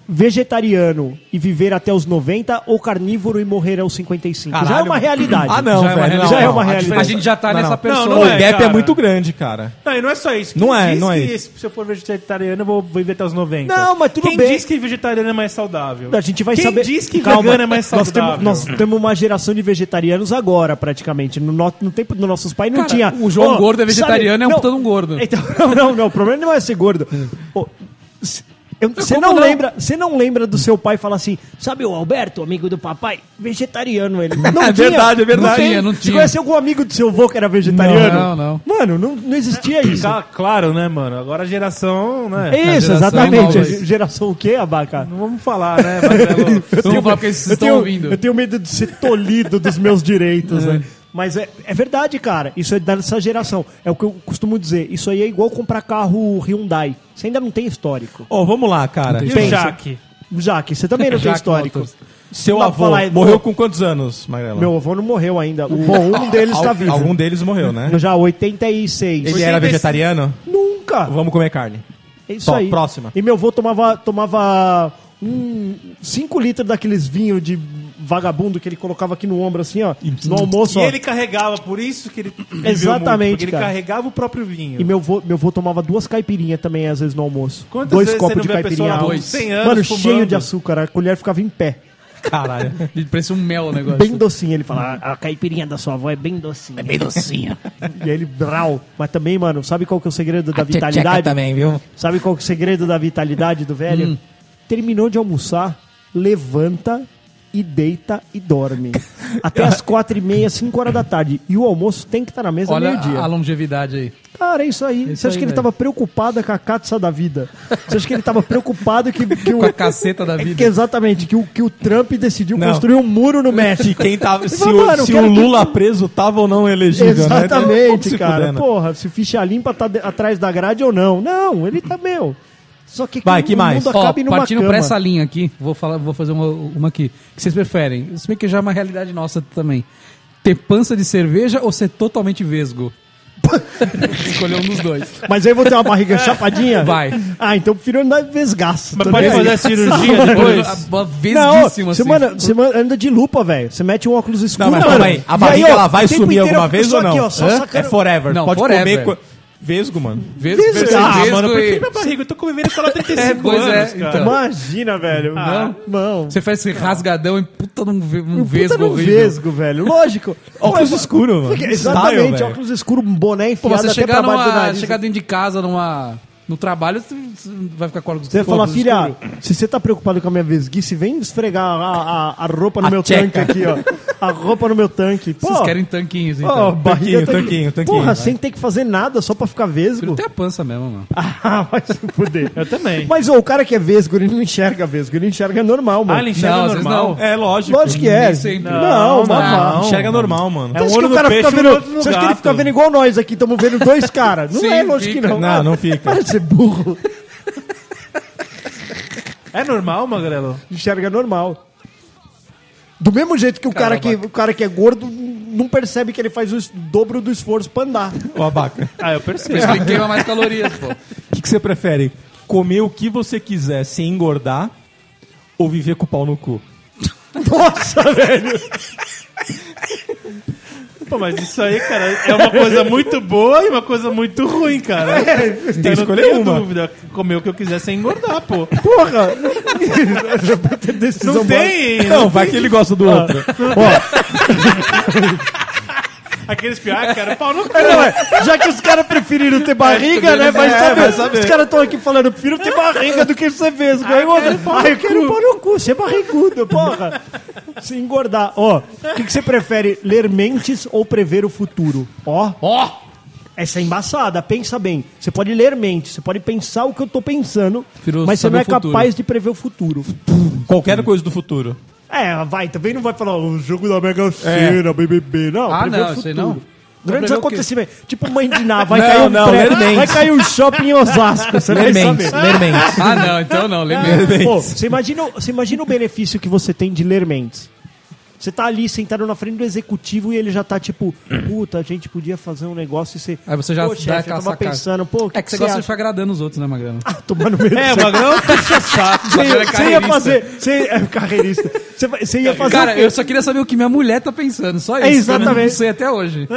Speaker 2: vegetariano e viver até os 90 ou carnívoro e morrer aos 55? Já é
Speaker 1: Caralho.
Speaker 2: uma realidade.
Speaker 1: Ah, não,
Speaker 3: Já é uma
Speaker 1: velho.
Speaker 3: realidade.
Speaker 1: não,
Speaker 2: Já é
Speaker 1: não.
Speaker 2: uma
Speaker 1: A
Speaker 2: realidade.
Speaker 1: diferença-
Speaker 3: A gente já tá
Speaker 1: Não,
Speaker 3: nessa
Speaker 1: não.
Speaker 3: pessoa.
Speaker 4: Não, não
Speaker 1: o
Speaker 4: é,
Speaker 1: gap é
Speaker 4: cara.
Speaker 1: muito grande, cara.
Speaker 4: Não, e não é só isso. Quem
Speaker 1: Não é,
Speaker 4: diz
Speaker 1: não é
Speaker 4: que
Speaker 1: isso.
Speaker 4: se eu for vegetariano, eu vou viver até os 90.
Speaker 2: Não, mas tudo
Speaker 4: Quem
Speaker 2: bem.
Speaker 4: Quem diz que vegetariano é mais saudável?
Speaker 2: A gente vai
Speaker 4: Quem
Speaker 2: saber.
Speaker 4: diz que
Speaker 2: Calma,
Speaker 4: vegano é mais
Speaker 2: nós
Speaker 4: saudável?
Speaker 2: temos, nós temos uma geração de vegetarianos agora, praticamente. No, no, no tempo dos nossos pais não
Speaker 3: Cara,
Speaker 2: tinha.
Speaker 3: o João
Speaker 2: Ó,
Speaker 3: Gordo é vegetariano, é um
Speaker 2: não,
Speaker 3: puta de um gordo.
Speaker 2: Então, não, não, não. O problema não é ser gordo. Ô, se- eu- Você não,
Speaker 3: não?
Speaker 2: lembra, você não lembra do seu pai falar assim, sabe o Alberto, amigo do papai? Vegetariano ele. Não
Speaker 1: É
Speaker 2: tinha.
Speaker 1: verdade, é verdade.
Speaker 3: tinha, não
Speaker 2: Você
Speaker 3: tinha.
Speaker 2: conhece algum amigo do seu avô que era vegetariano?
Speaker 3: Não, não,
Speaker 2: Mano, não, não existia isso.
Speaker 4: Tá, claro, né, mano? Agora a geração, né?
Speaker 2: Isso,
Speaker 3: geração
Speaker 2: exatamente.
Speaker 3: nova, isso.
Speaker 2: Geração o quê, Abaca?
Speaker 4: Não vamos falar, né? Marcelo?
Speaker 3: Vamos falar porque vocês
Speaker 2: eu
Speaker 3: estão
Speaker 2: tenho,
Speaker 3: ouvindo.
Speaker 2: eu tenho medo de ser tolhido dos meus direitos, né? Mas é, é verdade, cara. Isso é dessa geração. É o que eu costumo dizer. Isso aí é igual comprar carro Hyundai. Você ainda não tem histórico.
Speaker 1: Ó, vamos lá, cara.
Speaker 4: E o
Speaker 2: Pensa.
Speaker 4: Jaque?
Speaker 2: Jaque, você também não tem
Speaker 3: Jaque
Speaker 2: histórico.
Speaker 3: Motors.
Speaker 1: Seu
Speaker 2: Não dá pra
Speaker 1: avô
Speaker 2: falar-
Speaker 1: morreu com quantos anos, Magrela?
Speaker 2: Meu avô não morreu ainda. O- Bom, um deles tá
Speaker 1: Al-
Speaker 2: vivo.
Speaker 1: Algum deles morreu, né?
Speaker 2: Já 86.
Speaker 1: Ele é- era vegetariano?
Speaker 2: Nunca.
Speaker 1: Vamos comer carne.
Speaker 2: É isso
Speaker 1: Só,
Speaker 2: aí.
Speaker 1: próxima.
Speaker 2: E meu avô tomava, tomava um 5 litros daqueles vinhos de vagabundo que ele colocava aqui no ombro, assim, ó. No almoço,
Speaker 4: E
Speaker 2: ó.
Speaker 4: ele carregava, por isso que ele. viveu
Speaker 2: Exatamente,
Speaker 4: porque ele
Speaker 2: cara.
Speaker 4: carregava o próprio vinho.
Speaker 2: E meu vô, meu vô tomava duas caipirinhas também, às vezes, no almoço.
Speaker 4: Quantas
Speaker 2: Dois
Speaker 4: vezes
Speaker 2: copos
Speaker 4: você não
Speaker 2: de
Speaker 4: vê a pessoa
Speaker 2: caipirinha.
Speaker 4: lá com
Speaker 3: Dois.
Speaker 4: 100 anos
Speaker 2: Mano,
Speaker 4: fumando?
Speaker 2: cheio de açúcar. A colher ficava em pé.
Speaker 1: Caralho.
Speaker 3: Ele parece um mel o negócio.
Speaker 2: Bem docinho. Ele fala, "Ah, a caipirinha da sua avó é bem docinha.
Speaker 8: Bem docinha.
Speaker 2: e aí ele, brau. Mas também, mano, sabe qual que é o segredo da
Speaker 8: A tcheca
Speaker 2: vitalidade?
Speaker 8: também, viu?
Speaker 2: Sabe qual que é o segredo da vitalidade do velho? Terminou de almoçar, levanta e deita e dorme. Até as quatro e meia, cinco horas da tarde. E o almoço tem que estar na mesa
Speaker 3: Olha
Speaker 2: meio-dia.
Speaker 3: a, a longevidade aí.
Speaker 2: Cara, é isso aí.
Speaker 3: isso
Speaker 2: Você acha
Speaker 3: aí,
Speaker 2: que ele
Speaker 3: velho.
Speaker 2: tava preocupado com a catsa da vida? Você acha que ele tava preocupado que, que o...
Speaker 3: Com a caceta da
Speaker 2: É
Speaker 3: vida.
Speaker 2: que exatamente, que o, que o Trump decidiu
Speaker 1: Não. É
Speaker 2: construir um muro no
Speaker 1: Se
Speaker 2: México.
Speaker 1: quem tava, se
Speaker 2: Mano, eu
Speaker 1: o, se
Speaker 2: quero
Speaker 1: o
Speaker 2: que-
Speaker 1: Lula preso tava ou não elegível, né? Então, pouco
Speaker 2: Exatamente,
Speaker 1: se
Speaker 2: cara.
Speaker 1: fudendo.
Speaker 2: Porra, se ficha limpa tá de- atrás da grade ou não. Não, ele tá meu. Só que,
Speaker 1: Vai, que
Speaker 2: o
Speaker 1: mais?
Speaker 2: mundo
Speaker 3: Ó,
Speaker 2: acaba numa
Speaker 3: partindo
Speaker 2: cama.
Speaker 3: pra essa linha aqui, vou, falar, vou fazer uma, uma aqui. O que vocês preferem? Se bem que já é uma realidade nossa também. Ter pança de cerveja ou ser totalmente vesgo?
Speaker 2: chapa.
Speaker 3: Escolheu um dos dois.
Speaker 2: Mas aí eu vou ter uma barriga chapadinha?
Speaker 3: Vai.
Speaker 2: Ah, então eu prefiro andar de vesgaço.
Speaker 4: Mas
Speaker 2: tô
Speaker 4: pode
Speaker 2: nem aí.
Speaker 4: fazer a cirurgia depois?
Speaker 3: Uma
Speaker 2: Não,
Speaker 3: vesguíssima, assim.
Speaker 2: você, mano, você mano, anda de lupa, velho. Você mete um óculos escuro.
Speaker 1: assim. Não, mas
Speaker 2: mano.
Speaker 1: calma aí. A
Speaker 2: E
Speaker 1: barriga
Speaker 2: ó,
Speaker 1: ela vai
Speaker 2: o tempo
Speaker 1: sumir
Speaker 2: inteiro
Speaker 1: alguma
Speaker 2: eu-
Speaker 1: vez
Speaker 2: só
Speaker 1: ou não?
Speaker 2: Aqui, ó, só
Speaker 1: Hã?
Speaker 2: sacando-
Speaker 1: É forever.
Speaker 3: Não,
Speaker 1: Pode
Speaker 3: forever.
Speaker 1: comer. co- Vesgo, mano.
Speaker 3: Ves-
Speaker 2: Vesgo.
Speaker 3: vesgo-
Speaker 2: Ah,
Speaker 3: vesgo
Speaker 4: Mano, eu
Speaker 3: e-
Speaker 4: prefiro minha barriga, eu tô convivendo com ela há 35
Speaker 3: Pois é,
Speaker 4: anos, cara.
Speaker 3: então.
Speaker 2: Imagina, velho.
Speaker 3: Não.
Speaker 2: Não.
Speaker 3: Você faz esse rasgadão e puta num, ve- um
Speaker 2: Um
Speaker 3: vesgo
Speaker 2: puta num
Speaker 3: horrível.
Speaker 2: vesgo, velho. Lógico.
Speaker 1: Óculos escuro, mano.
Speaker 2: Porque-
Speaker 1: Style,
Speaker 2: Exatamente,
Speaker 1: velho.
Speaker 2: óculos escuro, um boné
Speaker 3: Pô,
Speaker 2: enfiado
Speaker 3: mas você
Speaker 2: até
Speaker 3: chegar,
Speaker 2: pra baixo do
Speaker 3: numa,
Speaker 2: nariz.
Speaker 3: chegar dentro de casa numa, no trabalho, você você vai ficar com óculos
Speaker 2: Você vai falar,
Speaker 3: óculos escuros.
Speaker 2: filha, se você tá preocupado com a minha vesguice, vem esfregar a, a, a roupa no
Speaker 1: A
Speaker 2: meu tanque
Speaker 1: tcheca.
Speaker 2: aqui, ó. A roupa no meu tanque. Pô,
Speaker 3: Vocês querem tanquinhos,
Speaker 2: ó,
Speaker 3: então.
Speaker 2: barriga
Speaker 1: Tanquinho,
Speaker 2: tá aqui.
Speaker 1: tanquinho, tanquinho,
Speaker 2: Porra,
Speaker 1: vai.
Speaker 2: sem ter que fazer nada, só pra ficar
Speaker 3: Prefiro
Speaker 2: vesgo.
Speaker 3: até a pança mesmo, mano.
Speaker 2: Ah, vai se fuder.
Speaker 4: Eu também.
Speaker 2: Mas ô, o cara que é vesgo, ele não enxerga vesgo, ele enxerga normal, mano.
Speaker 4: Ah, ele enxerga
Speaker 3: Não, vocês
Speaker 4: normal.
Speaker 3: não.
Speaker 1: É, lógico.
Speaker 2: Lógico que é.
Speaker 3: nem sempre.
Speaker 2: Não,
Speaker 4: Não,
Speaker 2: mamá.
Speaker 3: não.
Speaker 1: Enxerga normal, mano.
Speaker 4: É um
Speaker 2: Você acha
Speaker 4: olho
Speaker 2: que o
Speaker 4: no
Speaker 2: cara
Speaker 4: peixe
Speaker 2: fica
Speaker 4: e um
Speaker 2: vendo.
Speaker 4: outro no
Speaker 2: Você acha que ele
Speaker 4: gato.
Speaker 2: fica vendo igual nós aqui, estamos vendo dois caras? Não
Speaker 3: Sim,
Speaker 2: é, lógico
Speaker 3: fica.
Speaker 2: que não.
Speaker 1: Não, não fica.
Speaker 2: Para de ser burro.
Speaker 4: É normal, Magrelo?
Speaker 2: enxerga normal. Do mesmo jeito que o cara que, o cara que é gordo não percebe que ele faz o es- dobro do esforço pra andar.
Speaker 1: Ô, abaca.
Speaker 4: Ah, eu
Speaker 3: Por
Speaker 4: percebo.
Speaker 3: isso que ele queima mais calorias, pô.
Speaker 1: O que, que você prefere? Comer o que você quiser sem engordar ou viver com o pau no cu?
Speaker 2: Nossa, velho.
Speaker 4: Pô, mas isso aí, cara, é uma coisa muito boa e uma coisa muito ruim, cara.
Speaker 2: É,
Speaker 1: Tem que
Speaker 4: eu não
Speaker 1: escolher
Speaker 4: tenho
Speaker 1: uma.
Speaker 4: dúvida. Comer o que eu quiser sem engordar, pô.
Speaker 2: Porra. Decisão
Speaker 4: Não
Speaker 2: boa.
Speaker 4: tem!
Speaker 1: Não, vai que ele gosta
Speaker 2: Ah.
Speaker 1: do outro.
Speaker 4: Aqueles piores, cara, pau no cu.
Speaker 2: Não, é, já que os caras preferiram ter barriga, né? Vai
Speaker 1: É,
Speaker 2: saber.
Speaker 1: vai saber.
Speaker 2: Os caras estão aqui falando, prefiro ter barriga do que ser vesgo. Aí o outro, ah, eu quero pôr no cu, ser barrigudo, porra. Se engordar. Ó, o que, que você prefere, ler mentes ou prever o futuro? Ó.
Speaker 3: Ó!
Speaker 2: Essa é embaçada, pensa bem. Você pode ler mente, você pode pensar o que eu tô pensando,
Speaker 3: Prefiro
Speaker 2: mas você
Speaker 3: saber
Speaker 2: não é
Speaker 3: o futuro.
Speaker 2: capaz de prever o futuro.
Speaker 1: Qualquer coisa do futuro.
Speaker 2: É, vai, também não vai falar o jogo da Mega Sena, BBB, não.
Speaker 3: É. Ah,
Speaker 2: prever
Speaker 3: não,
Speaker 2: o
Speaker 3: isso aí
Speaker 2: futuro.
Speaker 3: não.
Speaker 2: Grandes
Speaker 3: Prever o quê?
Speaker 2: acontecimentos. Tipo mãe de Ná, vai
Speaker 1: Não,
Speaker 2: cair um
Speaker 1: não,
Speaker 2: prédio,
Speaker 1: ler mentes.
Speaker 2: vai cair um shopping em Osasco, você vai
Speaker 1: Lermentes,
Speaker 2: saber.
Speaker 1: lermentes.
Speaker 3: Ah, não, então não, lembrei.
Speaker 2: Pô, você imagina, o- você imagina o benefício que você tem de ler mentes. Você tá ali sentado na frente do executivo e ele já tá tipo, puta, a gente podia fazer um negócio e você.
Speaker 3: Aí você já
Speaker 2: pô,
Speaker 3: dá
Speaker 2: chefe,
Speaker 3: aquela
Speaker 2: eu tava
Speaker 3: sacada.
Speaker 2: pensando, pô, o que
Speaker 3: É que você gosta
Speaker 2: acha? Ah,
Speaker 3: de ficar agradando os outros, né, Magrano?
Speaker 2: Tomando medo.
Speaker 4: É, o Magrão puxa saco.
Speaker 2: Você ia,
Speaker 3: Magrelo é
Speaker 2: você ia
Speaker 3: carreirista.
Speaker 2: fazer. Você é carreirista. Você, vai- você ia fazer. o
Speaker 3: Cara,
Speaker 2: quê?
Speaker 3: eu só queria saber o que minha mulher tá pensando, só isso.
Speaker 2: É,
Speaker 3: que eu não-
Speaker 2: exatamente.
Speaker 3: Não sei até hoje.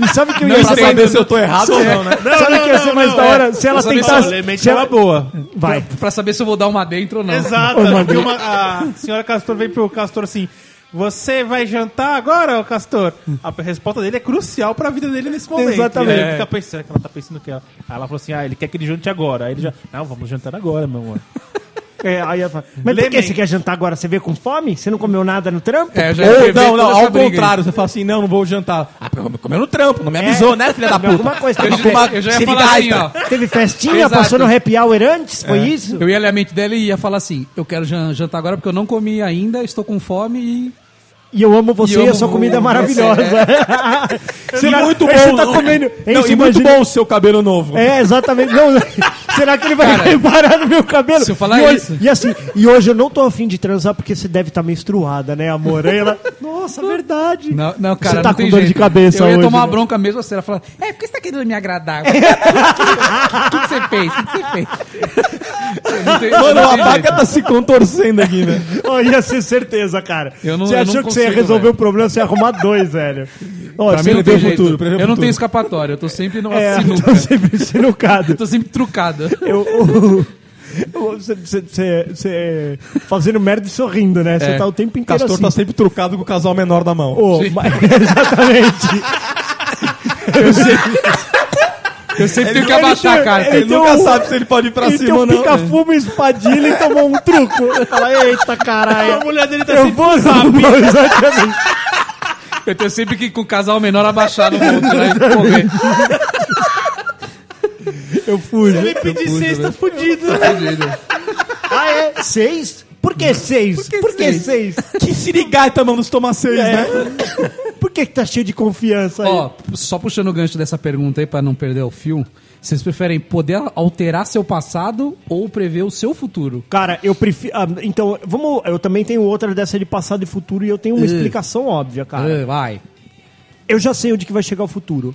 Speaker 2: E sabe que eu
Speaker 3: não
Speaker 2: ia
Speaker 1: Pra
Speaker 3: sei.
Speaker 2: saber?
Speaker 1: saber se eu tô errado ou não, né?
Speaker 2: sabe o que ia ser mais
Speaker 3: é.
Speaker 2: da hora? Se ela
Speaker 3: Eu sabia
Speaker 2: tentasse.
Speaker 3: que
Speaker 4: ela- mente
Speaker 2: se
Speaker 3: é
Speaker 4: era boa.
Speaker 2: Vai.
Speaker 3: Pra saber se eu vou dar uma dentro ou não.
Speaker 4: Exato. porque uma- a senhora Castor veio pro Castor assim... Você vai jantar agora, ô Castor? A resposta dele é crucial pra vida dele nesse momento.
Speaker 2: Exatamente.
Speaker 4: Ele fica pensando, "Será que ela tá pensando o que ela... Aí ela falou assim, ah, ele quer que ele jante agora. Aí ele já, não, vamos jantar agora, meu amor.
Speaker 2: É, aí ela fala, Mas por que
Speaker 4: Lemente.
Speaker 2: você quer jantar agora? Você veio com fome? Você não comeu nada no trampo?
Speaker 3: É, eu já
Speaker 1: Ou,
Speaker 3: prevei
Speaker 1: não,
Speaker 3: toda
Speaker 1: não,
Speaker 3: essa
Speaker 1: ao
Speaker 3: briga aí.
Speaker 1: contrário, você fala assim, não, não vou jantar. Ah, pô, comeu no trampo, não
Speaker 2: É.
Speaker 1: me avisou, né, filha da puta?
Speaker 2: Alguma coisa.
Speaker 3: tá Eu
Speaker 2: Teve,
Speaker 3: já, eu já ia falar assim, ó.
Speaker 2: teve festinha?
Speaker 3: Exato. É.
Speaker 2: Passou no happy hour antes? Foi isso?
Speaker 3: Eu ia ler a mente dela e ia falar assim: eu quero jan- jantar agora porque eu não comi ainda, estou com fome e.
Speaker 2: E eu amo
Speaker 3: E
Speaker 2: você
Speaker 3: eu
Speaker 2: e a
Speaker 3: amo
Speaker 2: sua comida é
Speaker 3: você,
Speaker 2: maravilhosa.
Speaker 1: Será
Speaker 2: Será-
Speaker 1: muito bom.
Speaker 2: aí Você tá comendo. Ei,
Speaker 1: Não,
Speaker 2: você
Speaker 1: e muito
Speaker 2: imagina-
Speaker 1: bom o seu cabelo novo.
Speaker 2: É, exatamente. Não, será que ele vai
Speaker 3: Cara,
Speaker 2: reparar no meu cabelo?
Speaker 3: se eu falar
Speaker 2: e hoje,
Speaker 3: isso.
Speaker 2: E assim, e hoje eu não tô afim de transar porque você deve estar menstruada, né, amor? Aí ela, nossa, verdade.
Speaker 3: Não, não cara,
Speaker 2: tá
Speaker 3: não
Speaker 2: com
Speaker 3: tem
Speaker 2: dor de
Speaker 3: jeito.
Speaker 2: cabeça
Speaker 3: Eu ia
Speaker 2: hoje,
Speaker 3: tomar uma
Speaker 2: né?
Speaker 3: bronca mesmo assim. Ela falar: é, por que você tá querendo me agradar? O que, que você fez? O que você fez? Não tem-
Speaker 1: Mano,
Speaker 3: não
Speaker 1: a
Speaker 3: tem jeito.
Speaker 1: vaca tá se contorcendo aqui, velho.
Speaker 2: Ó, ia ser certeza, cara.
Speaker 3: Eu não-
Speaker 2: você
Speaker 3: eu
Speaker 2: achou
Speaker 3: não
Speaker 2: que você ia
Speaker 3: consigo,
Speaker 2: resolver o
Speaker 3: velho.
Speaker 2: problema, você ia arrumar dois, velho. Ó,
Speaker 3: Pra
Speaker 2: você
Speaker 3: mim não tem
Speaker 1: prevê o
Speaker 3: jeito.
Speaker 1: futuro, prevê o
Speaker 3: eu não
Speaker 1: futuro.
Speaker 3: tenho assim escapatória, eu tô sempre numa
Speaker 2: é,
Speaker 3: sinuca.
Speaker 2: tá sempre sinucado.
Speaker 3: Eu tô sempre trucada.
Speaker 2: Eu, eu- eu- você- Você você- você fazendo merda e sorrindo, né? Você
Speaker 3: É.
Speaker 2: tá o tempo
Speaker 1: O
Speaker 2: inteiro
Speaker 1: Castor
Speaker 2: assim.
Speaker 1: tá sempre trucado com o casal menor da mão.
Speaker 2: Ô, mas- exatamente.
Speaker 3: Eu sempre tenho que
Speaker 2: ele
Speaker 3: abaixar
Speaker 2: tem-
Speaker 3: a cara.
Speaker 1: Ele um-
Speaker 2: Então,
Speaker 1: nunca
Speaker 2: o-
Speaker 1: sabe se ele pode ir pra
Speaker 2: Ele tem
Speaker 1: cima ou
Speaker 2: um
Speaker 1: não.
Speaker 2: pica-fuma, espadilha e tomou um truco. Fala, eita caralho.
Speaker 4: A mulher dele tá
Speaker 2: Eu
Speaker 4: sempre
Speaker 2: vou não, exatamente.
Speaker 3: Eu tenho sempre que ir com o casal menor abaixar no ponto, né? e correr.
Speaker 1: É.
Speaker 2: Eu fujo.
Speaker 4: Me pedir
Speaker 1: né?
Speaker 4: seis, tá fudido.
Speaker 2: Ah, é? Seis? Por que seis? Por que seis?
Speaker 1: Que sirigaita, mano, dos toma seis,
Speaker 2: É.
Speaker 1: né?
Speaker 2: Por que que tá cheio de confiança aí?
Speaker 3: Ó, só puxando o gancho dessa pergunta aí pra não perder o fio. Vocês preferem poder alterar seu passado ou prever o seu futuro?
Speaker 2: Cara, eu prefiro. ah, então, vamos. Eu também tenho outra dessa de passado e É. Tá. futuro e eu tenho uma explicação óbvia, cara.
Speaker 3: Ah, vai.
Speaker 2: Eu já sei onde que vai chegar o futuro.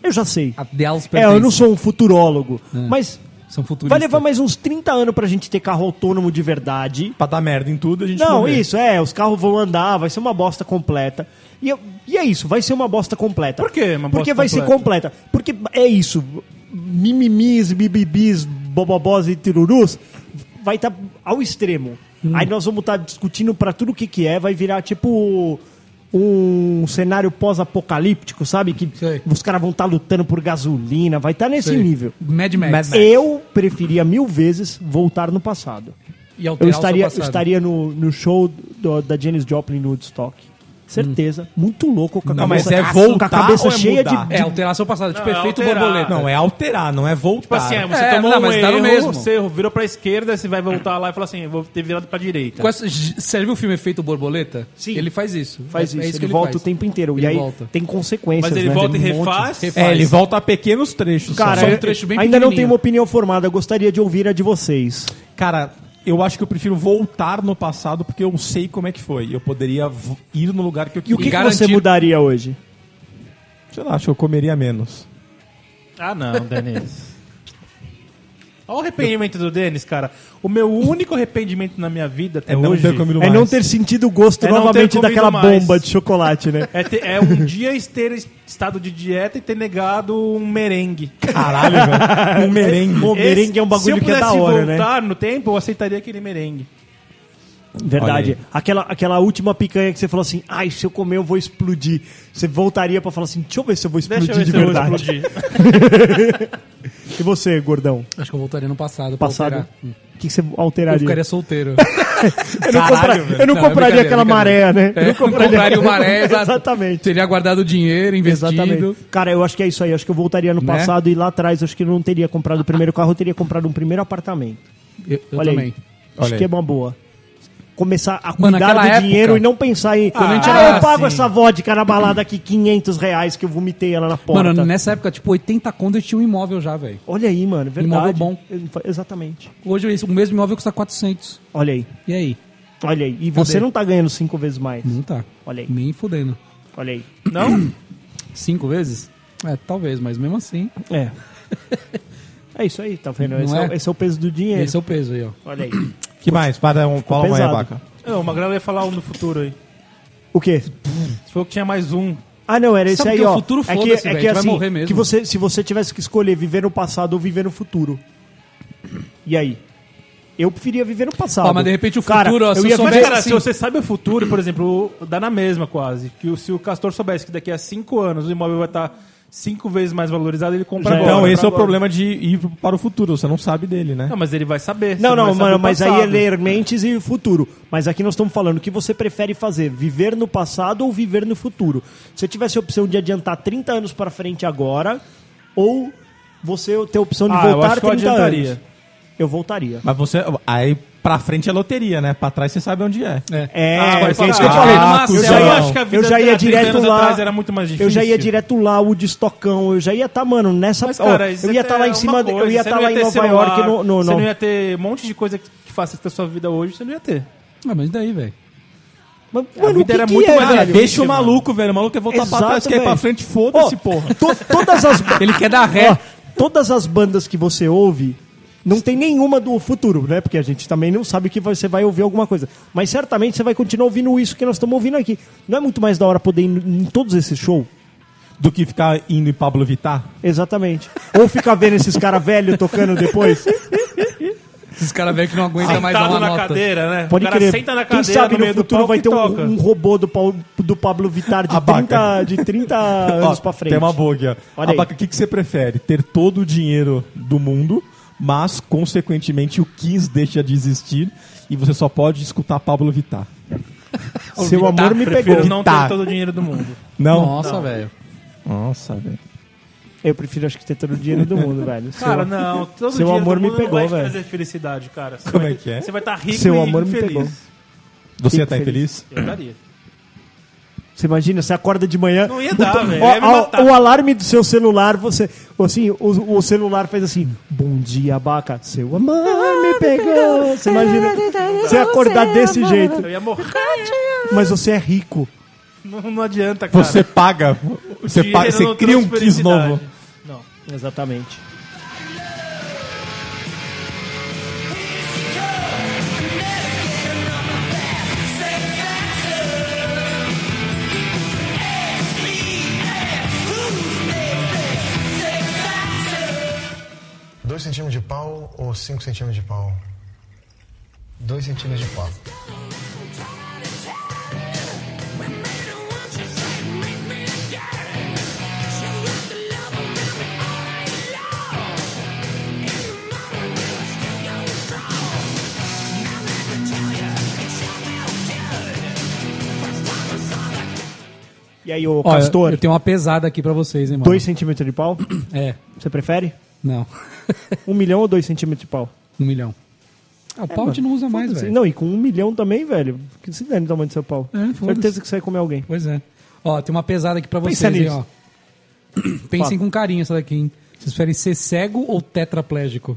Speaker 2: Eu já sei.
Speaker 3: A delas
Speaker 2: É, eu não sou um futurólogo, mas
Speaker 3: São futuristas.
Speaker 2: vai levar mais uns 30 anos pra gente ter carro autônomo de verdade.
Speaker 1: Pra dar merda em tudo, a gente
Speaker 2: Não,
Speaker 1: vê.
Speaker 2: isso, é, os carros vão andar, vai ser uma bosta completa. E, eu- e é isso, vai ser uma bosta completa.
Speaker 4: Por quê uma
Speaker 2: Porque
Speaker 4: bosta
Speaker 2: vai ser completa. Porque é isso, mimimis, bibibis, bobobós e tirurus, vai estar ao extremo. Aí nós vamos estar discutindo pra tudo o que que é, vai virar tipo um cenário pós-apocalíptico, sabe? Que
Speaker 3: Sei.
Speaker 2: os caras vão estar lutando por gasolina, vai estar nesse
Speaker 3: Sei.
Speaker 2: nível.
Speaker 3: Mad Max.
Speaker 2: Eu preferia mil vezes voltar no passado.
Speaker 3: E alterar
Speaker 4: tá
Speaker 2: Eu
Speaker 3: o
Speaker 2: estaria,
Speaker 3: seu passado.
Speaker 2: estaria no, no show do- da Janis Joplin no Woodstock. Certeza. Muito louco com a
Speaker 1: Não,
Speaker 2: cabeça,
Speaker 1: mas é
Speaker 2: com
Speaker 1: voltar
Speaker 2: a cabeça
Speaker 1: ou é
Speaker 2: cheia
Speaker 1: mudar?
Speaker 2: de.
Speaker 3: É, alterar seu passado. Tipo,
Speaker 4: Não, é
Speaker 3: efeito
Speaker 4: alterar.
Speaker 3: borboleta.
Speaker 1: Não, é alterar, não é voltar.
Speaker 4: Tipo assim, é, você
Speaker 3: É,
Speaker 4: tomou
Speaker 3: não,
Speaker 4: um
Speaker 3: mas dá no
Speaker 4: erro,
Speaker 3: mesmo.
Speaker 4: você errou, virou pra esquerda, você vai voltar lá e fala assim, vou ter virado pra direita.
Speaker 3: Com essa- serve o filme Efeito Borboleta?
Speaker 2: Sim.
Speaker 3: Ele faz isso.
Speaker 2: Faz
Speaker 3: É- é
Speaker 2: isso.
Speaker 3: que
Speaker 2: ele volta
Speaker 3: faz.
Speaker 2: o tempo inteiro.
Speaker 3: Ele
Speaker 2: e aí
Speaker 3: volta.
Speaker 2: tem consequências.
Speaker 4: Mas ele
Speaker 2: né?
Speaker 4: volta e
Speaker 2: Tem um monte.
Speaker 4: refaz.
Speaker 1: É, ele volta a pequenos trechos.
Speaker 2: Cara, é-
Speaker 1: só.
Speaker 3: Só um
Speaker 2: eu-
Speaker 3: trecho bem
Speaker 2: ainda não tenho
Speaker 3: pequenininho.
Speaker 2: uma opinião formada. Eu gostaria de ouvir a de vocês.
Speaker 1: Cara, eu acho que eu prefiro voltar no passado porque eu sei como é que foi. Eu poderia v- ir no lugar que eu
Speaker 2: E
Speaker 1: queria.
Speaker 2: o que, que
Speaker 3: E garantir-
Speaker 2: você mudaria hoje?
Speaker 1: Sei lá, acho que eu comeria menos.
Speaker 4: Ah, não, Denis. Olha o arrependimento do Denis, cara. O meu único arrependimento na minha vida até
Speaker 1: É não
Speaker 4: hoje
Speaker 1: ter comido
Speaker 2: É
Speaker 1: mais.
Speaker 2: não ter sentido o gosto
Speaker 4: É não ter
Speaker 2: novamente
Speaker 4: comido
Speaker 2: daquela
Speaker 4: mais.
Speaker 2: bomba de chocolate, né?
Speaker 4: é, ter- é um dia ter estado de dieta e ter negado um merengue.
Speaker 1: Caralho, velho. Um merengue.
Speaker 2: Bom, merengue é um bagulho que é da hora,
Speaker 4: Se eu pudesse
Speaker 2: né?
Speaker 4: voltar no tempo, eu aceitaria aquele merengue.
Speaker 2: Verdade.
Speaker 1: Olha
Speaker 2: Aquela, aquela última picanha que você falou assim, ai, se eu comer eu vou explodir. Você voltaria pra falar assim, deixa eu ver se eu vou explodir
Speaker 4: Deixa eu ver
Speaker 2: de
Speaker 4: se eu vou
Speaker 2: verdade.
Speaker 4: explodir.
Speaker 2: E você, gordão?
Speaker 3: Acho que eu voltaria no passado. pra
Speaker 2: Passado?
Speaker 3: alterar.
Speaker 2: O que, que você
Speaker 3: Eu
Speaker 2: alteraria?
Speaker 3: ficaria solteiro.
Speaker 2: Eu não, compra- eu não
Speaker 3: Não, é
Speaker 2: compraria
Speaker 3: brincadeira,
Speaker 2: aquela
Speaker 3: brincadeira.
Speaker 2: maré, né?
Speaker 3: É, não compraria o maré, exato.
Speaker 2: Exatamente.
Speaker 3: Teria guardado o dinheiro, investido.
Speaker 2: Exatamente. Cara, eu acho que é isso aí. Eu acho que eu voltaria no
Speaker 3: Né?
Speaker 2: passado e lá atrás eu acho que eu não teria comprado o primeiro carro, eu teria comprado um primeiro apartamento.
Speaker 3: Eu, eu
Speaker 2: Olha
Speaker 3: também.
Speaker 2: aí. Acho
Speaker 1: Olha
Speaker 2: que é
Speaker 1: aí.
Speaker 2: uma boa. Começar a
Speaker 3: Mano,
Speaker 2: cuidar
Speaker 3: naquela
Speaker 2: do
Speaker 3: época-
Speaker 2: dinheiro e não pensar em.
Speaker 3: Quando a gente
Speaker 2: ah,
Speaker 3: era
Speaker 2: eu pago
Speaker 3: assim.
Speaker 2: essa vodka na balada aqui, 500 reais que eu vomitei ela na porta.
Speaker 3: Mano, nessa época, tipo, 80 conto eu tinha um imóvel já, velho.
Speaker 2: Olha aí, mano, é verdade.
Speaker 3: Imóvel bom.
Speaker 2: Exatamente.
Speaker 3: Hoje esse- o mesmo imóvel custa 400.
Speaker 2: Olha aí.
Speaker 3: E aí?
Speaker 2: Olha aí. E você
Speaker 3: Cadê?
Speaker 2: não tá ganhando cinco vezes mais.
Speaker 3: Não tá.
Speaker 2: Olha aí.
Speaker 3: Nem fodendo.
Speaker 2: Olha aí.
Speaker 4: Não?
Speaker 3: Cinco vezes? É, talvez, mas mesmo assim.
Speaker 2: É. É isso aí, tá vendo?
Speaker 3: Não
Speaker 2: Esse é, o-
Speaker 3: é?
Speaker 2: esse é o peso do dinheiro.
Speaker 3: Esse é o peso aí, ó.
Speaker 2: Olha aí.
Speaker 1: Que mais? Para um, fala uma
Speaker 2: pesado.
Speaker 1: rebaca.
Speaker 4: Não, o Magrelo ia falar um no futuro aí.
Speaker 2: O quê?
Speaker 4: Você falou que tinha mais um.
Speaker 2: Ah, não, era esse
Speaker 3: Sabe
Speaker 2: aí,
Speaker 3: que o
Speaker 2: ó.
Speaker 3: futuro
Speaker 2: é que,
Speaker 3: foda-se,
Speaker 2: é
Speaker 3: velho,
Speaker 2: que
Speaker 3: a gente vai
Speaker 2: assim,
Speaker 3: morrer mesmo.
Speaker 2: que você, se você tivesse que escolher viver no passado ou viver no futuro. E aí? Eu preferia viver no passado.
Speaker 3: Ah, mas de repente o
Speaker 2: Cara,
Speaker 3: futuro, ó, se
Speaker 2: eu
Speaker 3: eu
Speaker 2: ia
Speaker 3: souber-
Speaker 4: Mas,
Speaker 2: viver...
Speaker 4: cara,
Speaker 3: assim-
Speaker 4: se você sabe o futuro, por exemplo, o- dá na mesma quase. Que o- se o Castor soubesse que daqui a cinco anos o imóvel vai estar cinco vezes mais valorizado, ele compra
Speaker 2: Já
Speaker 4: agora.
Speaker 2: era.
Speaker 1: Então,
Speaker 4: compra
Speaker 1: esse é o
Speaker 4: agora.
Speaker 1: problema de ir para o futuro. Você não sabe dele, né?
Speaker 4: Não, mas ele vai saber.
Speaker 2: Não,
Speaker 4: você
Speaker 2: não,
Speaker 4: vai saber
Speaker 2: mano,
Speaker 4: o
Speaker 2: mas aí
Speaker 4: passado.
Speaker 2: é ler mentes e futuro. Mas aqui nós estamos falando o que você prefere fazer, viver no passado ou viver no futuro. Se você tivesse a opção de adiantar 30 anos pra frente agora, ou você ter a opção de
Speaker 4: Ah, eu
Speaker 2: voltar
Speaker 4: acho que eu
Speaker 2: 30 anos.
Speaker 4: adiantaria. Ah,
Speaker 2: Eu voltaria.
Speaker 1: Mas você. Aí pra frente é loteria, né? Pra trás você sabe onde é.
Speaker 2: É,
Speaker 4: Ah,
Speaker 2: é
Speaker 4: pode
Speaker 2: isso que eu te
Speaker 4: parar.
Speaker 2: falei.
Speaker 1: Ah,
Speaker 2: eu,
Speaker 1: cuzão.
Speaker 2: já ia,
Speaker 1: Eu acho
Speaker 4: que a vida
Speaker 2: eu já
Speaker 4: há
Speaker 2: ia
Speaker 4: 30
Speaker 2: direto
Speaker 4: anos
Speaker 2: lá.
Speaker 4: atrás era muito mais
Speaker 2: Eu já ia
Speaker 4: difícil.
Speaker 2: direto lá, o de Estocão. Eu já ia estar, mano, nessa.
Speaker 4: Mas,
Speaker 2: ó,
Speaker 4: cara, isso
Speaker 2: eu ia
Speaker 4: até
Speaker 2: estar lá
Speaker 4: é
Speaker 2: em
Speaker 4: uma
Speaker 2: cima.
Speaker 4: coisa,
Speaker 2: eu ia
Speaker 4: você
Speaker 2: estar
Speaker 4: não
Speaker 2: lá em
Speaker 4: ter
Speaker 2: Nova
Speaker 4: celular,
Speaker 2: York. No, no,
Speaker 4: Você
Speaker 2: no-
Speaker 4: não ia ter um monte de coisa que que facilita a sua vida hoje, você não ia ter.
Speaker 3: Ah, mas daí, velho.
Speaker 2: Mas,
Speaker 4: A
Speaker 2: mano, o
Speaker 4: vida
Speaker 2: que
Speaker 4: era
Speaker 2: que
Speaker 4: muito
Speaker 2: é,
Speaker 4: mais
Speaker 2: velho?
Speaker 4: Caralho, difícil.
Speaker 1: Deixa o maluco, velho. O maluco é voltar
Speaker 2: Exato,
Speaker 1: pra trás, quer ir pra
Speaker 2: velho.
Speaker 1: frente, foda-se,
Speaker 2: Ó,
Speaker 1: porra.
Speaker 2: to- todas as
Speaker 3: Ele quer dar ré.
Speaker 2: Ó, todas as bandas que você ouve, não tem nenhuma do futuro, né? Porque a gente também não sabe que você vai ouvir alguma coisa. Mas certamente você vai continuar ouvindo isso que nós estamos ouvindo aqui. Não é muito mais da hora poder ir em todos esses shows?
Speaker 1: Do que ficar indo em Pablo Vittar.
Speaker 2: Exatamente. Ou ficar vendo esses caras velhos tocando depois.
Speaker 3: Esses caras velhos que não aguentam mais dar
Speaker 4: Sentado
Speaker 3: uma
Speaker 4: na
Speaker 3: nota.
Speaker 4: cadeira, né?
Speaker 2: Pode
Speaker 4: o cara
Speaker 2: crer.
Speaker 4: senta na
Speaker 2: Quem
Speaker 4: cadeira
Speaker 2: sabe
Speaker 4: no
Speaker 2: no
Speaker 4: meio do
Speaker 2: futuro
Speaker 4: palco
Speaker 2: vai ter
Speaker 4: e
Speaker 2: um,
Speaker 4: toca.
Speaker 2: um robô do, Paul- do Pablo Vittar de
Speaker 1: Abaca.
Speaker 2: 30, de 30 anos
Speaker 1: Ó,
Speaker 2: pra frente.
Speaker 1: Tem uma boa aqui, ó.
Speaker 2: Olha aí.
Speaker 1: Abaca, o que, que você prefere? Ter todo o dinheiro do mundo, mas, consequentemente, o Kiss deixa de existir e você só pode escutar Pablo Vittar.
Speaker 2: Seu
Speaker 3: Vittar,
Speaker 2: amor me pegou.
Speaker 4: Prefiro não
Speaker 1: Tá.
Speaker 4: ter todo o dinheiro do mundo.
Speaker 1: Não?
Speaker 3: Nossa, velho.
Speaker 1: Nossa, velho.
Speaker 2: Eu prefiro acho que ter todo o dinheiro do mundo, velho. Seu-
Speaker 4: Cara, não, todo
Speaker 2: seu
Speaker 4: dinheiro
Speaker 2: amor
Speaker 4: do
Speaker 2: me
Speaker 4: mundo não
Speaker 2: pegou,
Speaker 4: vai te
Speaker 2: velho.
Speaker 4: trazer felicidade, cara. Você
Speaker 1: Como
Speaker 4: vai-
Speaker 1: é que é?
Speaker 4: Você vai estar rico
Speaker 2: Seu
Speaker 4: e
Speaker 2: amor me
Speaker 4: infeliz.
Speaker 2: pegou.
Speaker 1: Você
Speaker 2: Fico
Speaker 1: ia tá infeliz?
Speaker 4: Eu daria.
Speaker 2: Você imagina, você acorda de manhã.
Speaker 4: Não ia
Speaker 2: puta,
Speaker 4: dar, velho,
Speaker 2: ó,
Speaker 4: ia me
Speaker 2: ó,
Speaker 4: matar.
Speaker 2: O alarme do seu celular, você. Assim, o, o celular faz assim: Bom dia, abaca. Seu amor me pegou. Você imagina. Você acordar desse jeito.
Speaker 4: Eu ia morrer.
Speaker 2: Mas você é rico.
Speaker 4: Não, não adianta, cara.
Speaker 1: Você paga, você,
Speaker 4: Dinheiro
Speaker 1: paga, você
Speaker 4: não
Speaker 1: cria um
Speaker 4: trouxe
Speaker 1: quiz
Speaker 4: felicidade.
Speaker 1: novo.
Speaker 4: Não.
Speaker 2: Exatamente.
Speaker 5: Dois centímetros de pau ou cinco centímetros de pau? Dois centímetros de pau.
Speaker 2: E aí, ô
Speaker 3: Olha,
Speaker 2: Castor,
Speaker 3: eu tenho uma pesada aqui pra vocês, hein, mano?
Speaker 2: 2 centímetros de pau?
Speaker 3: É,
Speaker 2: Você prefere?
Speaker 3: não.
Speaker 2: Um milhão ou dois centímetros de pau?
Speaker 3: um milhão. Ah, o pau a gente não usa mais,
Speaker 2: É, Foda-se.
Speaker 3: velho.
Speaker 2: Não, e com um milhão também, velho. Que se dane o tamanho do seu pau.
Speaker 3: É, foda-se.
Speaker 2: Certeza que você vai comer alguém.
Speaker 3: Pois é. Ó, tem uma pesada aqui pra vocês,
Speaker 2: Pensa
Speaker 3: hein,
Speaker 2: nisso.
Speaker 3: ó. Pensem com carinho essa daqui, hein? Vocês preferem ser cego ou tetraplégico?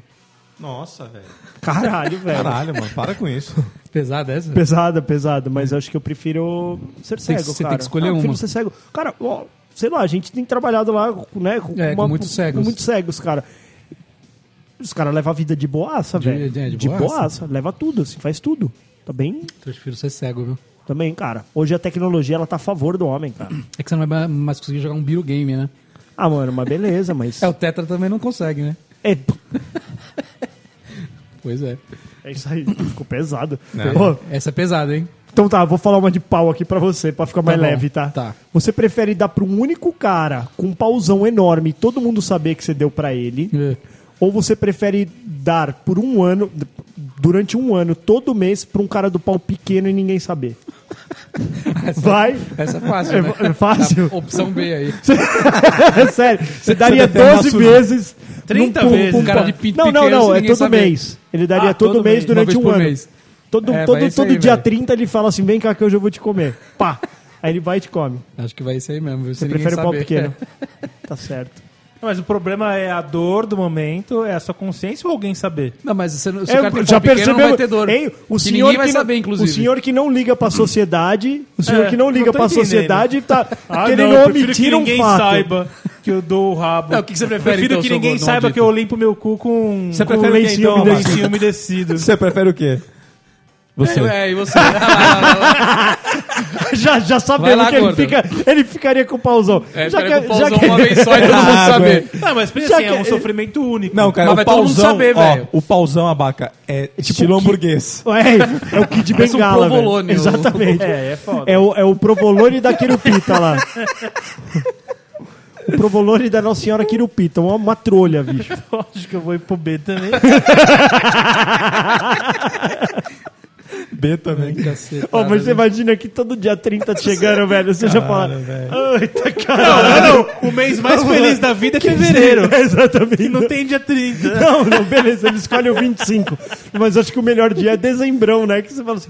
Speaker 4: Nossa, velho.
Speaker 2: Caralho, velho.
Speaker 1: Caralho, mano, para com isso.
Speaker 3: Pesada essa?
Speaker 2: Pesada, pesada, mas eu acho que eu prefiro ser
Speaker 3: Tem que-
Speaker 2: cego,
Speaker 3: você tem
Speaker 2: cara.
Speaker 3: que escolher
Speaker 2: eu prefiro
Speaker 3: uma.
Speaker 2: ser cego. Cara, ó, sei lá, a gente tem trabalhado lá, né? Com,
Speaker 3: É, com muitos cegos.
Speaker 2: muitos cegos, cara. Os caras levam a vida de boaça,
Speaker 3: De- é,
Speaker 2: velho.
Speaker 3: de- de
Speaker 2: boaça. Leva tudo, assim, faz tudo. Também,
Speaker 3: Eu prefiro ser cego, viu?
Speaker 2: também, cara. Hoje a tecnologia, ela tá a favor do homem, cara.
Speaker 3: É que você não vai mais conseguir jogar um Biro Game, né?
Speaker 2: Ah, mano, mas beleza, mas...
Speaker 3: É, o Tetra também não consegue, né?
Speaker 2: É,
Speaker 3: Pois é.
Speaker 2: é isso aí, ficou pesado. Ô,
Speaker 3: Essa é pesada, hein?
Speaker 2: Então tá, vou falar uma de pau aqui pra você, pra ficar mais
Speaker 3: bom,
Speaker 2: leve, tá?
Speaker 3: tá.
Speaker 2: Você prefere dar pra um único cara com um pauzão enorme e todo mundo saber que você deu pra ele?
Speaker 3: É.
Speaker 2: Ou você prefere dar por um ano, durante um ano, todo mês, pra um cara do pau pequeno e ninguém saber? Vai!
Speaker 3: Essa é fácil, né?
Speaker 2: É- é fácil.
Speaker 3: Tá, opção B aí.
Speaker 2: É sério, você daria
Speaker 1: determinar
Speaker 2: 12
Speaker 1: sua-
Speaker 2: vezes.
Speaker 4: 30
Speaker 2: num-
Speaker 4: vezes,
Speaker 2: num-
Speaker 3: cara de pinto
Speaker 2: Não, não,
Speaker 3: pequeno,
Speaker 2: não,
Speaker 3: sem
Speaker 2: é
Speaker 3: ninguém
Speaker 2: todo
Speaker 3: saber.
Speaker 2: mês. Ele daria
Speaker 4: Ah,
Speaker 2: todo,
Speaker 4: todo
Speaker 2: mês
Speaker 4: mês,
Speaker 3: uma
Speaker 2: durante
Speaker 3: vez
Speaker 2: um
Speaker 3: por
Speaker 2: ano.
Speaker 3: mês.
Speaker 2: Todo,
Speaker 3: É, vai
Speaker 2: todo,
Speaker 3: isso
Speaker 2: todo
Speaker 3: aí,
Speaker 2: dia
Speaker 3: velho.
Speaker 2: 30 ele fala assim: vem cá que hoje eu vou te comer. Pá! Aí ele vai e te come.
Speaker 3: Acho que vai ser aí mesmo. viu?
Speaker 2: Você
Speaker 3: Se ninguém
Speaker 2: prefere o pau
Speaker 3: saber. É.
Speaker 2: pequeno. Tá certo.
Speaker 4: Não, Mas o problema é a dor do momento, é a sua consciência ou alguém saber?
Speaker 3: Não, mas se, não- se
Speaker 2: É,
Speaker 3: o cara tem
Speaker 2: já
Speaker 3: pau pequeno, não
Speaker 2: percebeu?
Speaker 3: vai ter dor.
Speaker 2: Hein? O
Speaker 3: Que
Speaker 2: senhor
Speaker 3: ninguém
Speaker 2: que
Speaker 3: vai
Speaker 2: não-
Speaker 3: saber, inclusive.
Speaker 2: O senhor que não liga pra sociedade, o senhor
Speaker 4: É,
Speaker 2: que não liga
Speaker 4: não tô
Speaker 2: pra
Speaker 4: entendendo.
Speaker 2: sociedade, tá
Speaker 4: Ah,
Speaker 2: querendo
Speaker 4: não, eu prefiro
Speaker 2: omitir
Speaker 4: que
Speaker 2: um
Speaker 4: ninguém
Speaker 2: fato.
Speaker 4: saiba que eu dou o rabo.
Speaker 3: Não, o que que você prefere,
Speaker 4: Prefiro
Speaker 3: então,
Speaker 4: que
Speaker 3: seu
Speaker 4: ninguém
Speaker 3: gordo
Speaker 4: saiba
Speaker 3: maldito?
Speaker 4: que eu limpo meu cu com...
Speaker 1: Você
Speaker 4: com
Speaker 1: prefere
Speaker 4: lencinho,
Speaker 1: quem, então, Marcos?
Speaker 4: lencinho umedecido.
Speaker 1: Você prefere o quê? Você.
Speaker 3: É, e você? Vai lá, vai lá, vai lá.
Speaker 2: Já, já
Speaker 3: Vai
Speaker 2: sabendo
Speaker 3: lá,
Speaker 2: que ele,
Speaker 3: gordo.
Speaker 2: fica, ele ficaria com o pauzão.
Speaker 3: É,
Speaker 2: já
Speaker 3: já
Speaker 2: que,
Speaker 3: que,
Speaker 2: já que-
Speaker 3: uma vez só e todo mundo
Speaker 1: Ah,
Speaker 3: saber.
Speaker 4: Não, mas pensa
Speaker 2: Já
Speaker 4: assim,
Speaker 2: que-
Speaker 4: é um sofrimento único.
Speaker 1: Não, cara,
Speaker 3: Mas
Speaker 1: o
Speaker 3: vai todo mundo
Speaker 1: pauzão,
Speaker 3: saber,
Speaker 1: ó,
Speaker 3: velho.
Speaker 1: o pauzão abaca é estilo hamburguês.
Speaker 2: É, é o Kid
Speaker 3: Parece um
Speaker 2: Bengala, velho.
Speaker 3: provolone, o-
Speaker 2: Exatamente.
Speaker 4: É, é foda.
Speaker 2: É o, é o provolone da Quirupita lá. O provolone da Nossa Senhora Quirupita, uma, uma trolha, bicho.
Speaker 4: Lógico que eu vou ir pro B também.
Speaker 1: B também. né?
Speaker 3: Caceta,
Speaker 2: Ô, mas você
Speaker 3: velho.
Speaker 2: imagina que todo dia 30
Speaker 1: é
Speaker 2: chegando, velho. Você já fala. Eita, cara.
Speaker 4: Não, não, não. O mês mais feliz da vida é fevereiro.
Speaker 2: Exatamente.
Speaker 4: E não tem dia 30.
Speaker 2: Não, não, beleza, ele escolhe o 25. Mas acho que o melhor dia é dezembrão, né? Que você fala assim.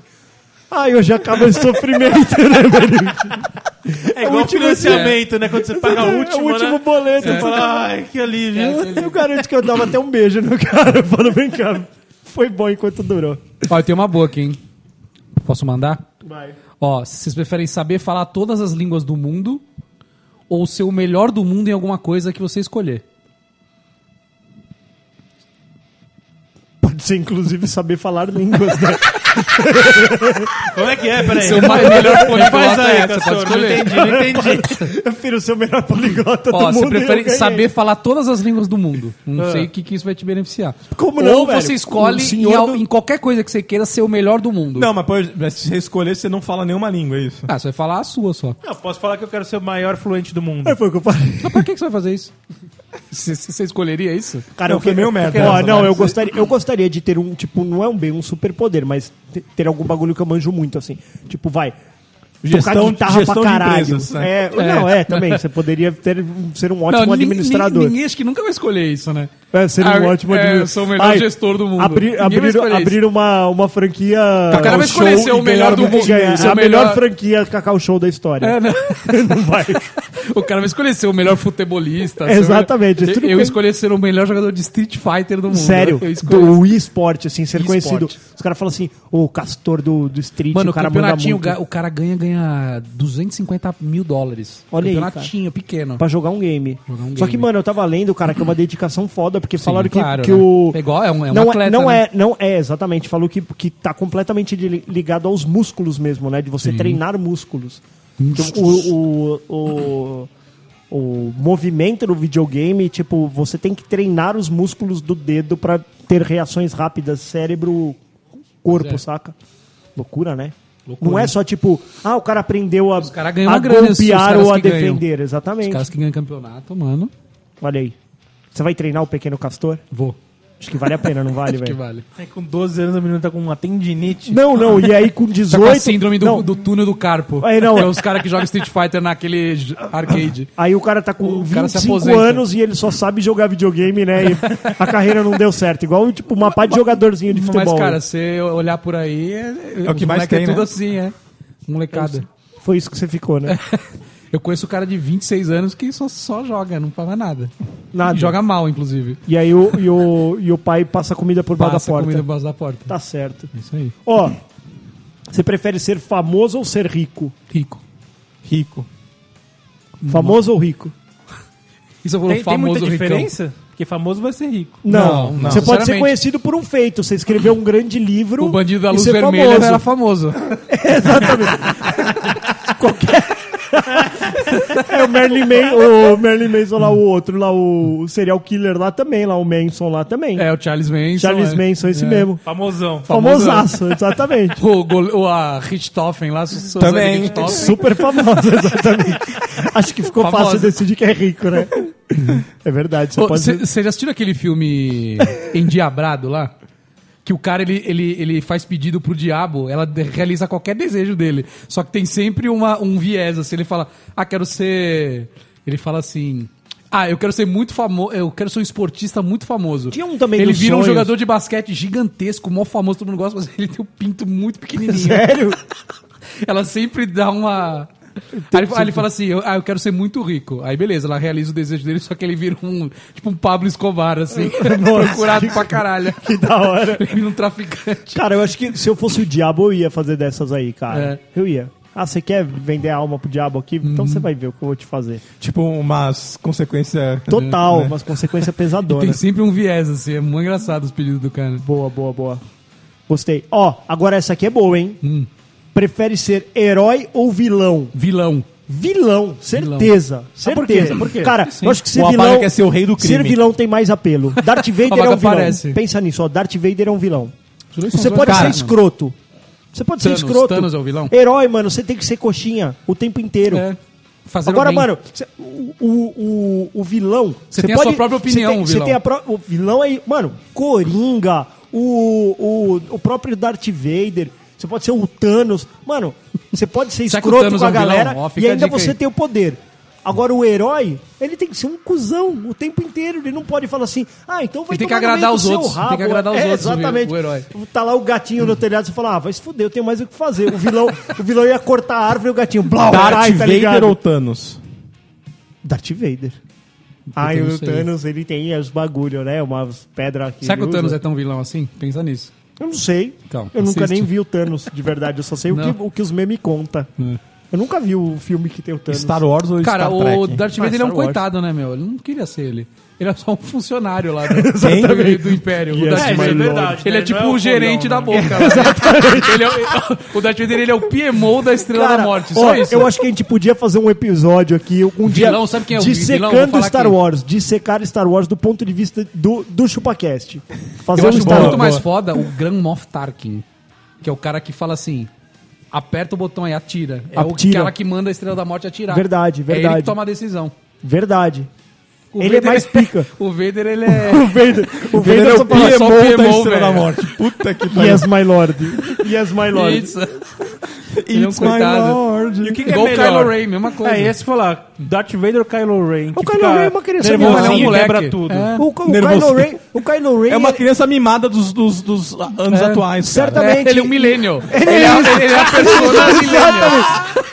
Speaker 2: Ai, hoje acaba esse sofrimento, né, velho?
Speaker 4: É igual
Speaker 2: último
Speaker 4: financiamento, né? Quando você paga o último,
Speaker 2: É o último
Speaker 4: né? É.
Speaker 2: boleto.
Speaker 4: Você fala, ai, que alívio.
Speaker 2: Eu garanto que eu dava até um beijo no cara. Eu falo, vem cá. Foi bom enquanto durou.
Speaker 3: Ó, tem uma boa aqui, hein? Posso mandar?
Speaker 2: Vai.
Speaker 3: Ó, se vocês preferem saber falar todas as línguas do mundo ou ser o melhor do mundo em alguma coisa que você escolher.
Speaker 2: Pode ser, inclusive, saber falar línguas, né?
Speaker 4: Como é que é? Peraí.
Speaker 3: Seu mais melhor
Speaker 4: Faz
Speaker 3: poliglota é
Speaker 4: aí,
Speaker 3: essa, você pode
Speaker 4: Castor. Não
Speaker 3: escolher.
Speaker 4: entendi, não entendi.
Speaker 2: Eu prefiro ser o melhor poliglota
Speaker 3: Ó,
Speaker 2: do
Speaker 3: você
Speaker 2: mundo. e eu
Speaker 3: prefere
Speaker 2: ganhei. Ah.
Speaker 3: saber falar todas as línguas do mundo. Não sei o que, que isso vai te beneficiar.
Speaker 2: Como não,
Speaker 3: Ou
Speaker 2: velho?
Speaker 3: você
Speaker 2: O
Speaker 3: escolhe
Speaker 2: senhor
Speaker 3: em, al-
Speaker 2: do-
Speaker 3: em qualquer coisa que você queira ser o melhor do mundo.
Speaker 1: Não, mas, pô, mas se você escolher, você não fala nenhuma língua, é isso?
Speaker 3: Ah, você vai falar a sua só.
Speaker 4: Não, posso falar que eu quero ser o maior fluente do mundo.
Speaker 2: Mas É, Foi o que eu falei.
Speaker 3: Mas pra que, que você vai fazer isso? Você- Você escolheria isso?
Speaker 2: Cara,
Speaker 1: Não, foi meio merda.
Speaker 2: Ó, não, eu
Speaker 1: Você-
Speaker 2: gostaria, eu gostaria de ter um, tipo, não é um bem, um superpoder, mas te- ter algum bagulho que eu manjo muito, assim. Tipo, vai.
Speaker 1: Gestão- gestão de empresas, né?
Speaker 2: é, Não, é, também. Você poderia ter, ser um
Speaker 3: Não,
Speaker 2: ótimo
Speaker 3: nin- nin-
Speaker 2: administrador.
Speaker 3: Ninguém acho que nunca vai escolher isso, né?
Speaker 2: É, ser um
Speaker 3: Ah,
Speaker 2: ótimo
Speaker 3: é,
Speaker 2: administrador.
Speaker 3: eu sou o melhor gestor do mundo.
Speaker 2: Abrir,
Speaker 3: Ninguém vai
Speaker 2: abrir,
Speaker 3: escolher isso.
Speaker 2: abrir uma, uma franquia.
Speaker 3: O cara vai
Speaker 2: Cacau
Speaker 3: escolher
Speaker 2: Show
Speaker 3: ser o
Speaker 2: e
Speaker 3: melhor
Speaker 2: ganhar-
Speaker 3: do mundo,
Speaker 2: ganhar
Speaker 3: ser
Speaker 2: a
Speaker 3: o
Speaker 2: melhor,
Speaker 3: melhor-
Speaker 2: franquia Cacau Show da história.
Speaker 3: É, né?
Speaker 2: Não vai.
Speaker 3: O cara vai escolher ser o melhor futebolista. ser o
Speaker 2: Exatamente,
Speaker 3: melhor-
Speaker 2: tudo
Speaker 3: Eu, eu
Speaker 2: bem.
Speaker 3: escolhi ser o melhor jogador de Street Fighter do mundo. né?
Speaker 2: Sério,
Speaker 3: Eu escolhi.
Speaker 2: do esporte, assim, ser
Speaker 3: Wii
Speaker 2: conhecido.
Speaker 3: Sport.
Speaker 2: Os caras falam assim, o castor do, do street,
Speaker 3: Mano,
Speaker 2: o
Speaker 3: o
Speaker 2: cara manda
Speaker 3: campeonatinho,
Speaker 2: muito.
Speaker 3: ga- o cara ganha, ganha ganha 250 mil dólares.
Speaker 2: Olha aí,
Speaker 3: Campeonatinho, pequeno.
Speaker 2: Pra jogar um game.
Speaker 3: Jogar um
Speaker 2: Só
Speaker 3: game.
Speaker 2: que, mano, eu tava lendo, cara, que é uma dedicação foda, porque
Speaker 3: Sim,
Speaker 2: falaram que,
Speaker 3: claro,
Speaker 2: que
Speaker 3: né?
Speaker 2: o.
Speaker 3: É igual, é um- é um
Speaker 2: não
Speaker 3: atleta,
Speaker 2: não
Speaker 3: né?
Speaker 2: é, não é, exatamente. Falou que, que tá completamente li- ligado aos músculos mesmo, né? De você treinar músculos. Então, o, o, o, o movimento no videogame, tipo, você tem que treinar os músculos do dedo pra ter reações rápidas, cérebro, corpo,
Speaker 3: Pois é.
Speaker 2: saca? Loucura, né?
Speaker 3: Loucura,
Speaker 2: não é
Speaker 3: hein?
Speaker 2: só tipo, ah, o cara aprendeu a,
Speaker 3: caras ganham
Speaker 2: a
Speaker 3: uma grana, esses- os
Speaker 2: golpear
Speaker 3: caras
Speaker 2: ou a
Speaker 3: que ganham.
Speaker 2: defender,
Speaker 3: Os
Speaker 2: exatamente.
Speaker 3: caras que ganham campeonato, mano.
Speaker 2: Olha aí. Você vai treinar o pequeno castor?
Speaker 3: Vou.
Speaker 2: Acho que vale a pena, não vale,
Speaker 3: Acho que
Speaker 2: velho?
Speaker 3: vale.
Speaker 4: Aí com 12 anos a menina tá com uma tendinite.
Speaker 2: Não, não, e aí com
Speaker 3: Tá com
Speaker 2: 18.
Speaker 3: a síndrome do,
Speaker 2: não,
Speaker 3: do túnel do carpo.
Speaker 2: Aí não.
Speaker 3: É os caras que jogam Street Fighter naquele j- arcade.
Speaker 2: Aí o cara tá com
Speaker 3: O cara se
Speaker 2: 25
Speaker 3: aposenta.
Speaker 2: anos e ele só sabe jogar videogame, né? E a carreira não deu certo. Igual, tipo, uma pá de jogadorzinho de futebol. né?
Speaker 3: Mas, cara, se olhar por aí, é,
Speaker 1: É o que
Speaker 3: os
Speaker 1: mais
Speaker 3: moleque é
Speaker 1: tem,
Speaker 3: tudo
Speaker 1: né?
Speaker 3: assim, é. Molecada.
Speaker 2: Foi É isso que você ficou, né?
Speaker 3: Eu conheço um cara de 26 anos que só, só joga, não faz nada.
Speaker 2: Nada.
Speaker 3: E joga mal, inclusive.
Speaker 2: E aí o, e o, e o pai passa comida por baixo da
Speaker 3: Passa
Speaker 2: porta.
Speaker 3: comida embaixo da porta.
Speaker 2: Tá certo.
Speaker 3: Isso aí.
Speaker 2: Ó, você prefere ser famoso ou ser rico?
Speaker 3: Rico.
Speaker 1: Rico.
Speaker 2: Famoso ou rico?
Speaker 3: Isso eu vou
Speaker 4: Tem, tem
Speaker 3: famoso
Speaker 4: muita
Speaker 3: ricão.
Speaker 4: diferença? Porque famoso vai ser rico.
Speaker 2: Não,
Speaker 3: Não, não.
Speaker 2: Você pode ser
Speaker 3: Sinceramente.
Speaker 2: conhecido por um feito. Você escreveu um grande livro.
Speaker 3: O bandido da
Speaker 2: e
Speaker 3: luz
Speaker 2: ser
Speaker 3: vermelha né?
Speaker 2: famoso.
Speaker 3: era famoso.
Speaker 2: É, o Merlin Manson, o Merlin Manson lá, o outro lá, o serial killer lá também, lá, o Manson lá também.
Speaker 3: É, o Charles Manson.
Speaker 2: Charles
Speaker 3: é.
Speaker 2: Manson, esse
Speaker 3: É.
Speaker 2: mesmo.
Speaker 4: Famosão.
Speaker 2: Famosaço, exatamente.
Speaker 3: O, gole- o a Richthofen lá, Su- Suzane
Speaker 1: Também.
Speaker 3: Richthofen.
Speaker 2: Super famoso, exatamente. Acho que ficou
Speaker 3: Famosa.
Speaker 2: fácil decidir que é rico, né? É verdade, você
Speaker 3: Ô,
Speaker 2: pode...
Speaker 3: Você você já assistiu aquele filme Endiabrado lá? Que o cara ele, ele, ele faz pedido pro diabo, ela de- realiza qualquer desejo dele. Só que tem sempre uma, um viés, assim, ele fala, ah, quero ser. Ele fala assim. Ah, eu quero ser muito famoso. Eu quero ser um esportista muito famoso.
Speaker 2: Tinha um também
Speaker 3: Ele
Speaker 2: dos
Speaker 3: vira um
Speaker 2: sonhos.
Speaker 3: jogador de basquete gigantesco, mó famoso, todo mundo gosta, mas ele tem um pinto muito pequenininho.
Speaker 2: Sério?
Speaker 3: Ela sempre dá uma. Aí, ele- aí ele fala assim: eu, Ah, eu quero ser muito rico. Aí beleza, ela realiza o desejo dele, só que ele vira um. Tipo um Pablo Escobar, assim. procurado pra caralho.
Speaker 2: Que da hora.
Speaker 3: Ele vira um traficante.
Speaker 2: Cara, eu acho que se eu fosse o diabo, eu ia fazer dessas aí,
Speaker 3: É.
Speaker 2: cara. Eu ia. Ah, você quer vender a alma pro diabo aqui? Então
Speaker 3: Uhum.
Speaker 2: você vai ver o que eu vou te fazer.
Speaker 1: Tipo, umas consequências.
Speaker 2: Total,
Speaker 1: né?
Speaker 2: umas consequências
Speaker 3: É, Tem
Speaker 2: pesadoras.
Speaker 3: sempre um viés, assim. É muito engraçado os pedidos do cara.
Speaker 2: Boa, boa, boa. Gostei. Ó, agora essa aqui é boa, hein? Prefere ser herói ou vilão?
Speaker 3: Vilão.
Speaker 2: Vilão, certeza.
Speaker 4: por quê?
Speaker 2: Certeza.
Speaker 4: Por quê?
Speaker 2: Cara, eu acho que ser
Speaker 1: O Abaca
Speaker 2: vilão.
Speaker 1: quer ser o rei do
Speaker 2: Ser
Speaker 1: crime.
Speaker 2: vilão tem mais apelo. Darth Vader
Speaker 3: Abaca
Speaker 2: é um vilão.
Speaker 3: parece.
Speaker 2: Pensa nisso, ó. Darth Vader é um vilão.
Speaker 3: dois são
Speaker 2: Você
Speaker 3: dois
Speaker 2: pode ser
Speaker 3: caras, mano.
Speaker 2: escroto. Você pode
Speaker 3: Thanos,
Speaker 2: ser escroto.
Speaker 3: Thanos é o vilão?
Speaker 2: Herói, mano, você tem que ser coxinha o tempo inteiro.
Speaker 3: É. Fazer
Speaker 2: Agora,
Speaker 3: o bem.
Speaker 2: mano, cê- o, o, o- o vilão.
Speaker 3: Você
Speaker 2: cê
Speaker 3: tem a sua própria opinião,
Speaker 2: cê tem, cê
Speaker 3: vilão.
Speaker 2: tem a pró- o vilão aí. Mano, Coringa, o, o, o próprio Darth Vader. Você pode ser o Thanos. Mano, você pode ser
Speaker 3: Será que o
Speaker 2: escroto
Speaker 3: Thanos
Speaker 2: com
Speaker 3: é
Speaker 2: a
Speaker 3: um vilão?
Speaker 2: galera
Speaker 3: Ó, fica
Speaker 2: e
Speaker 3: a
Speaker 2: ainda
Speaker 3: dica
Speaker 2: você
Speaker 3: aí.
Speaker 2: tem o poder. Agora, o herói, ele tem que ser um cuzão o tempo inteiro. Ele não pode falar assim, ah, então vai
Speaker 3: Ele tem que
Speaker 2: tomar no meio
Speaker 3: agradar
Speaker 2: do
Speaker 3: os
Speaker 2: seu
Speaker 3: outros, tem que agradar os
Speaker 2: É,
Speaker 3: outros, o vi-
Speaker 2: Exatamente.
Speaker 3: o herói.
Speaker 2: Tá lá o gatinho no telhado, você fala, ah, vai se fuder, eu tenho mais o que fazer. O vilão, o vilão ia cortar a árvore e o gatinho, blau,
Speaker 1: Darth
Speaker 2: cai, tá
Speaker 1: Vader
Speaker 2: ligado?
Speaker 1: ou Thanos?
Speaker 2: Darth Vader. Ah, e
Speaker 3: não
Speaker 2: o
Speaker 3: sei.
Speaker 2: Thanos, ele tem os bagulho, né? Umas pedras aqui.
Speaker 3: Será que o
Speaker 2: ele
Speaker 3: Thanos
Speaker 2: usa.
Speaker 3: é tão vilão assim? Pensa nisso.
Speaker 2: Eu não sei.
Speaker 3: Então,
Speaker 2: eu nunca
Speaker 3: assiste.
Speaker 2: nem vi o Thanos, de verdade. Eu só sei o,
Speaker 3: Não. É.
Speaker 2: que, o que os memes contam. Eu nunca vi o filme que tem o Thanos.
Speaker 1: Star Wars ou
Speaker 3: Cara,
Speaker 1: Star
Speaker 3: o
Speaker 1: Trek?
Speaker 3: Darth Vader
Speaker 2: Ah,
Speaker 3: ele é um
Speaker 2: Star Wars.
Speaker 3: coitado, né, meu? Ele não queria ser ele. Ele é só um funcionário lá do,
Speaker 1: Exatamente.
Speaker 3: do, do Império. O
Speaker 2: Yes,
Speaker 3: Darth
Speaker 2: my
Speaker 3: Vader.
Speaker 2: lord.
Speaker 3: Ele é
Speaker 4: né?
Speaker 3: tipo
Speaker 4: Não
Speaker 3: o
Speaker 4: cuzão,
Speaker 3: gerente
Speaker 4: né?
Speaker 3: da boca. né? ele é, o- o Darth Vader ele é o PMO da Estrela
Speaker 2: Cara,
Speaker 3: da Morte.
Speaker 2: ó,
Speaker 3: Só isso.
Speaker 2: Eu acho que a gente podia fazer um episódio aqui, um dia,
Speaker 3: Vilão, sabe quem é o vi- vilão? Vou
Speaker 2: dissecando
Speaker 3: falar
Speaker 2: Star
Speaker 3: aqui.
Speaker 2: Wars, dissecar Star Wars do ponto de vista do, do ChupaCast. Fazer
Speaker 3: Eu acho
Speaker 2: um Star
Speaker 3: muito
Speaker 2: Wars.
Speaker 3: mais foda o Grand Moff Tarkin, que é o cara que fala assim: aperta o botão aí, atira. É o
Speaker 2: Atira.
Speaker 3: cara que manda a Estrela da Morte atirar.
Speaker 2: Verdade,
Speaker 3: É ele
Speaker 2: verdade.
Speaker 3: que toma a decisão.
Speaker 2: Verdade.
Speaker 3: O
Speaker 2: Ele é mais pica.
Speaker 3: o Vader, ele é.
Speaker 2: O Vader, o
Speaker 1: Vader
Speaker 2: Vader só
Speaker 1: é
Speaker 2: fala
Speaker 3: só
Speaker 2: só
Speaker 3: PMO,
Speaker 1: da Estrela
Speaker 3: velho.
Speaker 1: da Morte. Puta que pariu.
Speaker 2: Yes,
Speaker 3: né?
Speaker 2: my lord. Yes, my lord.
Speaker 3: Isso. Ele é um coitado.
Speaker 4: E o que, que é
Speaker 3: Igual o
Speaker 4: melhor?
Speaker 3: Kylo Ray, mesma coisa.
Speaker 4: É, esse falar Darth Vader ou Kylo Ray?
Speaker 2: O Kylo Ren é uma criança
Speaker 3: Ele
Speaker 4: nervosinho,
Speaker 3: é um
Speaker 2: mimada.
Speaker 3: moleque.
Speaker 4: quebra tudo.
Speaker 3: É.
Speaker 2: O, o, Kylo
Speaker 1: Nervoso.
Speaker 2: Ren, o Kylo Ren
Speaker 1: É uma
Speaker 2: ele-
Speaker 1: criança mimada dos, dos, dos
Speaker 2: É,
Speaker 1: anos atuais. Certa
Speaker 2: Exatamente.
Speaker 3: É, ele é um millennial. Ele,
Speaker 2: é isso.
Speaker 3: é, ele é a persona millennial.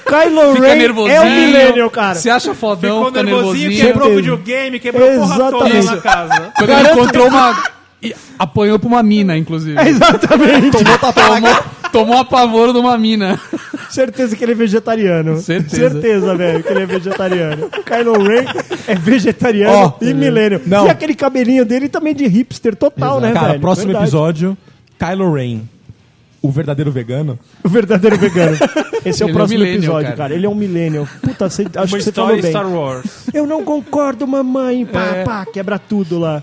Speaker 2: Kylo
Speaker 3: Fica
Speaker 2: Ren
Speaker 3: nervosinho.
Speaker 2: é o millennial, cara.
Speaker 3: Se acha fodão,
Speaker 4: Ficou
Speaker 3: fica
Speaker 4: nervosinho,
Speaker 3: nervosinho.
Speaker 4: quebrou o
Speaker 2: Certeza.
Speaker 4: videogame, quebrou a porra toda
Speaker 2: Exatamente.
Speaker 4: na casa.
Speaker 3: Quando ele encontrou uma... e apanhou pra uma mina, inclusive.
Speaker 2: Exatamente.
Speaker 3: Tomou, tomou apavoro de uma mina.
Speaker 2: Certeza que ele é vegetariano.
Speaker 3: Certeza.
Speaker 2: Certeza, velho, que ele é vegetariano. O Kylo Ren é vegetariano
Speaker 1: Ó,
Speaker 2: e milênio.
Speaker 1: não.
Speaker 2: E aquele cabelinho dele também de hipster total, né,
Speaker 1: Cara,
Speaker 2: velho?
Speaker 1: próximo
Speaker 2: Verdade.
Speaker 1: episódio, Kylo Ren, o verdadeiro vegano.
Speaker 2: O verdadeiro vegano. Esse é
Speaker 3: Ele é um
Speaker 2: o próximo
Speaker 3: millennial,
Speaker 2: episódio,
Speaker 3: cara.
Speaker 2: cara. Ele é um millennial. Puta, cê- acho
Speaker 4: Uma
Speaker 2: que você falou
Speaker 4: história
Speaker 2: bem.
Speaker 4: Star Wars.
Speaker 2: Eu não concordo, mamãe. Pá,
Speaker 3: É.
Speaker 2: pá, quebra tudo lá.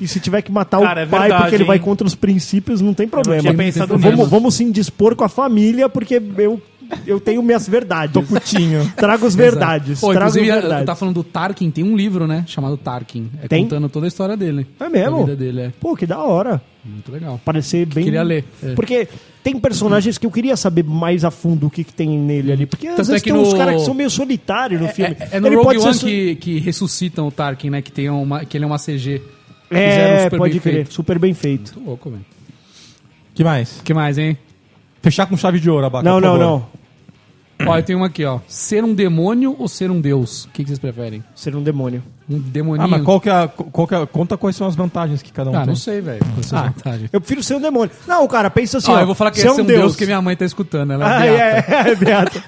Speaker 2: E se tiver que matar
Speaker 4: Cara, é
Speaker 2: o pai
Speaker 4: verdade,
Speaker 2: porque ele
Speaker 4: hein?
Speaker 2: vai contra os princípios, não tem problema.
Speaker 4: tinha pensado
Speaker 2: vamos,
Speaker 4: nisso.
Speaker 2: vamos se indispor com a família porque eu, eu tenho minhas verdades. Tô putinho. Trago as verdades.
Speaker 3: Pô,
Speaker 2: trago as
Speaker 3: inclusive, eu
Speaker 2: verdades.
Speaker 3: tava falando do Tarkin, tem um livro, né? Chamado Tarkin. É
Speaker 2: Tem?
Speaker 3: contando toda a história dele.
Speaker 2: É mesmo?
Speaker 3: A vida dele, é.
Speaker 2: Pô, que da hora.
Speaker 3: Muito legal.
Speaker 2: Parecer bem.
Speaker 3: Queria ler, é.
Speaker 2: Porque tem personagens que eu queria saber mais a fundo o que, que tem nele ali. Porque
Speaker 3: Tanto
Speaker 2: às
Speaker 3: é
Speaker 2: vezes
Speaker 3: que
Speaker 2: tem uns
Speaker 3: no-
Speaker 2: caras que são meio solitários no filme.
Speaker 3: É, é no
Speaker 2: Ele
Speaker 3: Rogue
Speaker 2: pode ser
Speaker 3: One
Speaker 2: su-
Speaker 3: que, que ressuscitam o Tarkin, né? Que, tem uma, que ele é uma CG. Fizeram
Speaker 2: É,
Speaker 3: super
Speaker 2: pode
Speaker 3: bem
Speaker 2: crer.
Speaker 3: feito. Tá,
Speaker 2: Super bem feito.
Speaker 3: Muito louco, velho.
Speaker 1: que mais?
Speaker 3: O que mais, hein?
Speaker 1: Fechar com chave de ouro,
Speaker 3: tá,
Speaker 1: Abaca.
Speaker 2: Não,
Speaker 1: por
Speaker 2: não,
Speaker 1: favor.
Speaker 2: não.
Speaker 3: Ó, eu tenho uma aqui, ó. Ser um demônio ou ser um deus? O que, que vocês preferem?
Speaker 2: Ser um demônio.
Speaker 3: Um demoninho?
Speaker 1: Ah,
Speaker 2: Hum.
Speaker 1: mas qual que é, a- qual que é- conta quais são as vantagens que cada um
Speaker 3: Ah,
Speaker 1: tem.
Speaker 3: não sei, velho. Qual é a sua vantagem?
Speaker 2: Eu prefiro ser um demônio. Não, cara, pensa assim.
Speaker 3: Ó,
Speaker 2: tá. ó,
Speaker 3: eu vou falar que é ser um deus. que minha mãe tá escutando. Ela é
Speaker 2: Ah,
Speaker 3: beata.
Speaker 2: é, é, é, Beata.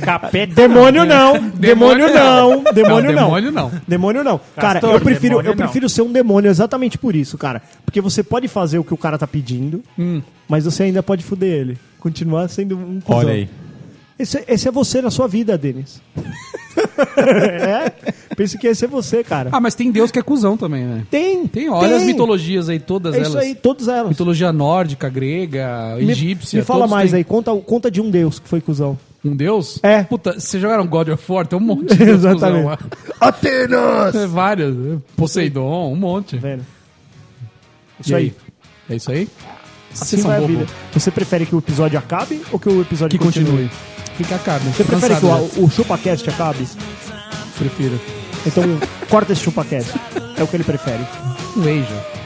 Speaker 2: Capeta. Demônio
Speaker 4: né?
Speaker 2: não.
Speaker 3: Demônio
Speaker 2: Demônio não. Demônio não.
Speaker 3: não. Não, demônio não.
Speaker 2: Demônio não. Cara,
Speaker 4: Castor,
Speaker 2: eu prefiro,
Speaker 4: demônio
Speaker 2: eu prefiro ser um demônio exatamente por isso, cara. Porque você pode fazer o que o cara tá pedindo,
Speaker 3: Hum.
Speaker 2: mas você ainda pode fuder ele. Continuar sendo um cuzão.
Speaker 1: Olha aí.
Speaker 2: Esse, esse é você na sua vida, Denis. é? Penso que esse é você, cara.
Speaker 3: Ah, mas tem deus que é cuzão também, né?
Speaker 2: tem.
Speaker 3: Tem, olha as
Speaker 2: tem.
Speaker 3: mitologias aí, todas
Speaker 2: É
Speaker 3: elas.
Speaker 2: isso aí, todas elas.
Speaker 3: Mitologia nórdica, grega,
Speaker 2: Me-
Speaker 3: egípcia.
Speaker 2: Me fala
Speaker 3: todos
Speaker 2: mais
Speaker 3: têm
Speaker 2: aí, conta, conta de um deus que foi cuzão.
Speaker 3: Um deus?
Speaker 2: É.
Speaker 3: Puta, vocês jogaram God of War? Tem um monte de deus
Speaker 2: Exatamente.
Speaker 3: cuzão lá. É, Vários. né? Poseidon, um monte.
Speaker 2: Velho. É Isso
Speaker 3: E
Speaker 2: aí.
Speaker 3: É isso aí?
Speaker 2: Assim vai a vida. Você prefere que o episódio acabe ou que o episódio
Speaker 3: Que continue. Fica a carne.
Speaker 2: Você prefere
Speaker 3: Cansado, né?
Speaker 2: que o, o ChupaCast acabe?
Speaker 3: Prefiro.
Speaker 2: Então corta esse ChupaCast. É o que ele prefere.
Speaker 3: Veja.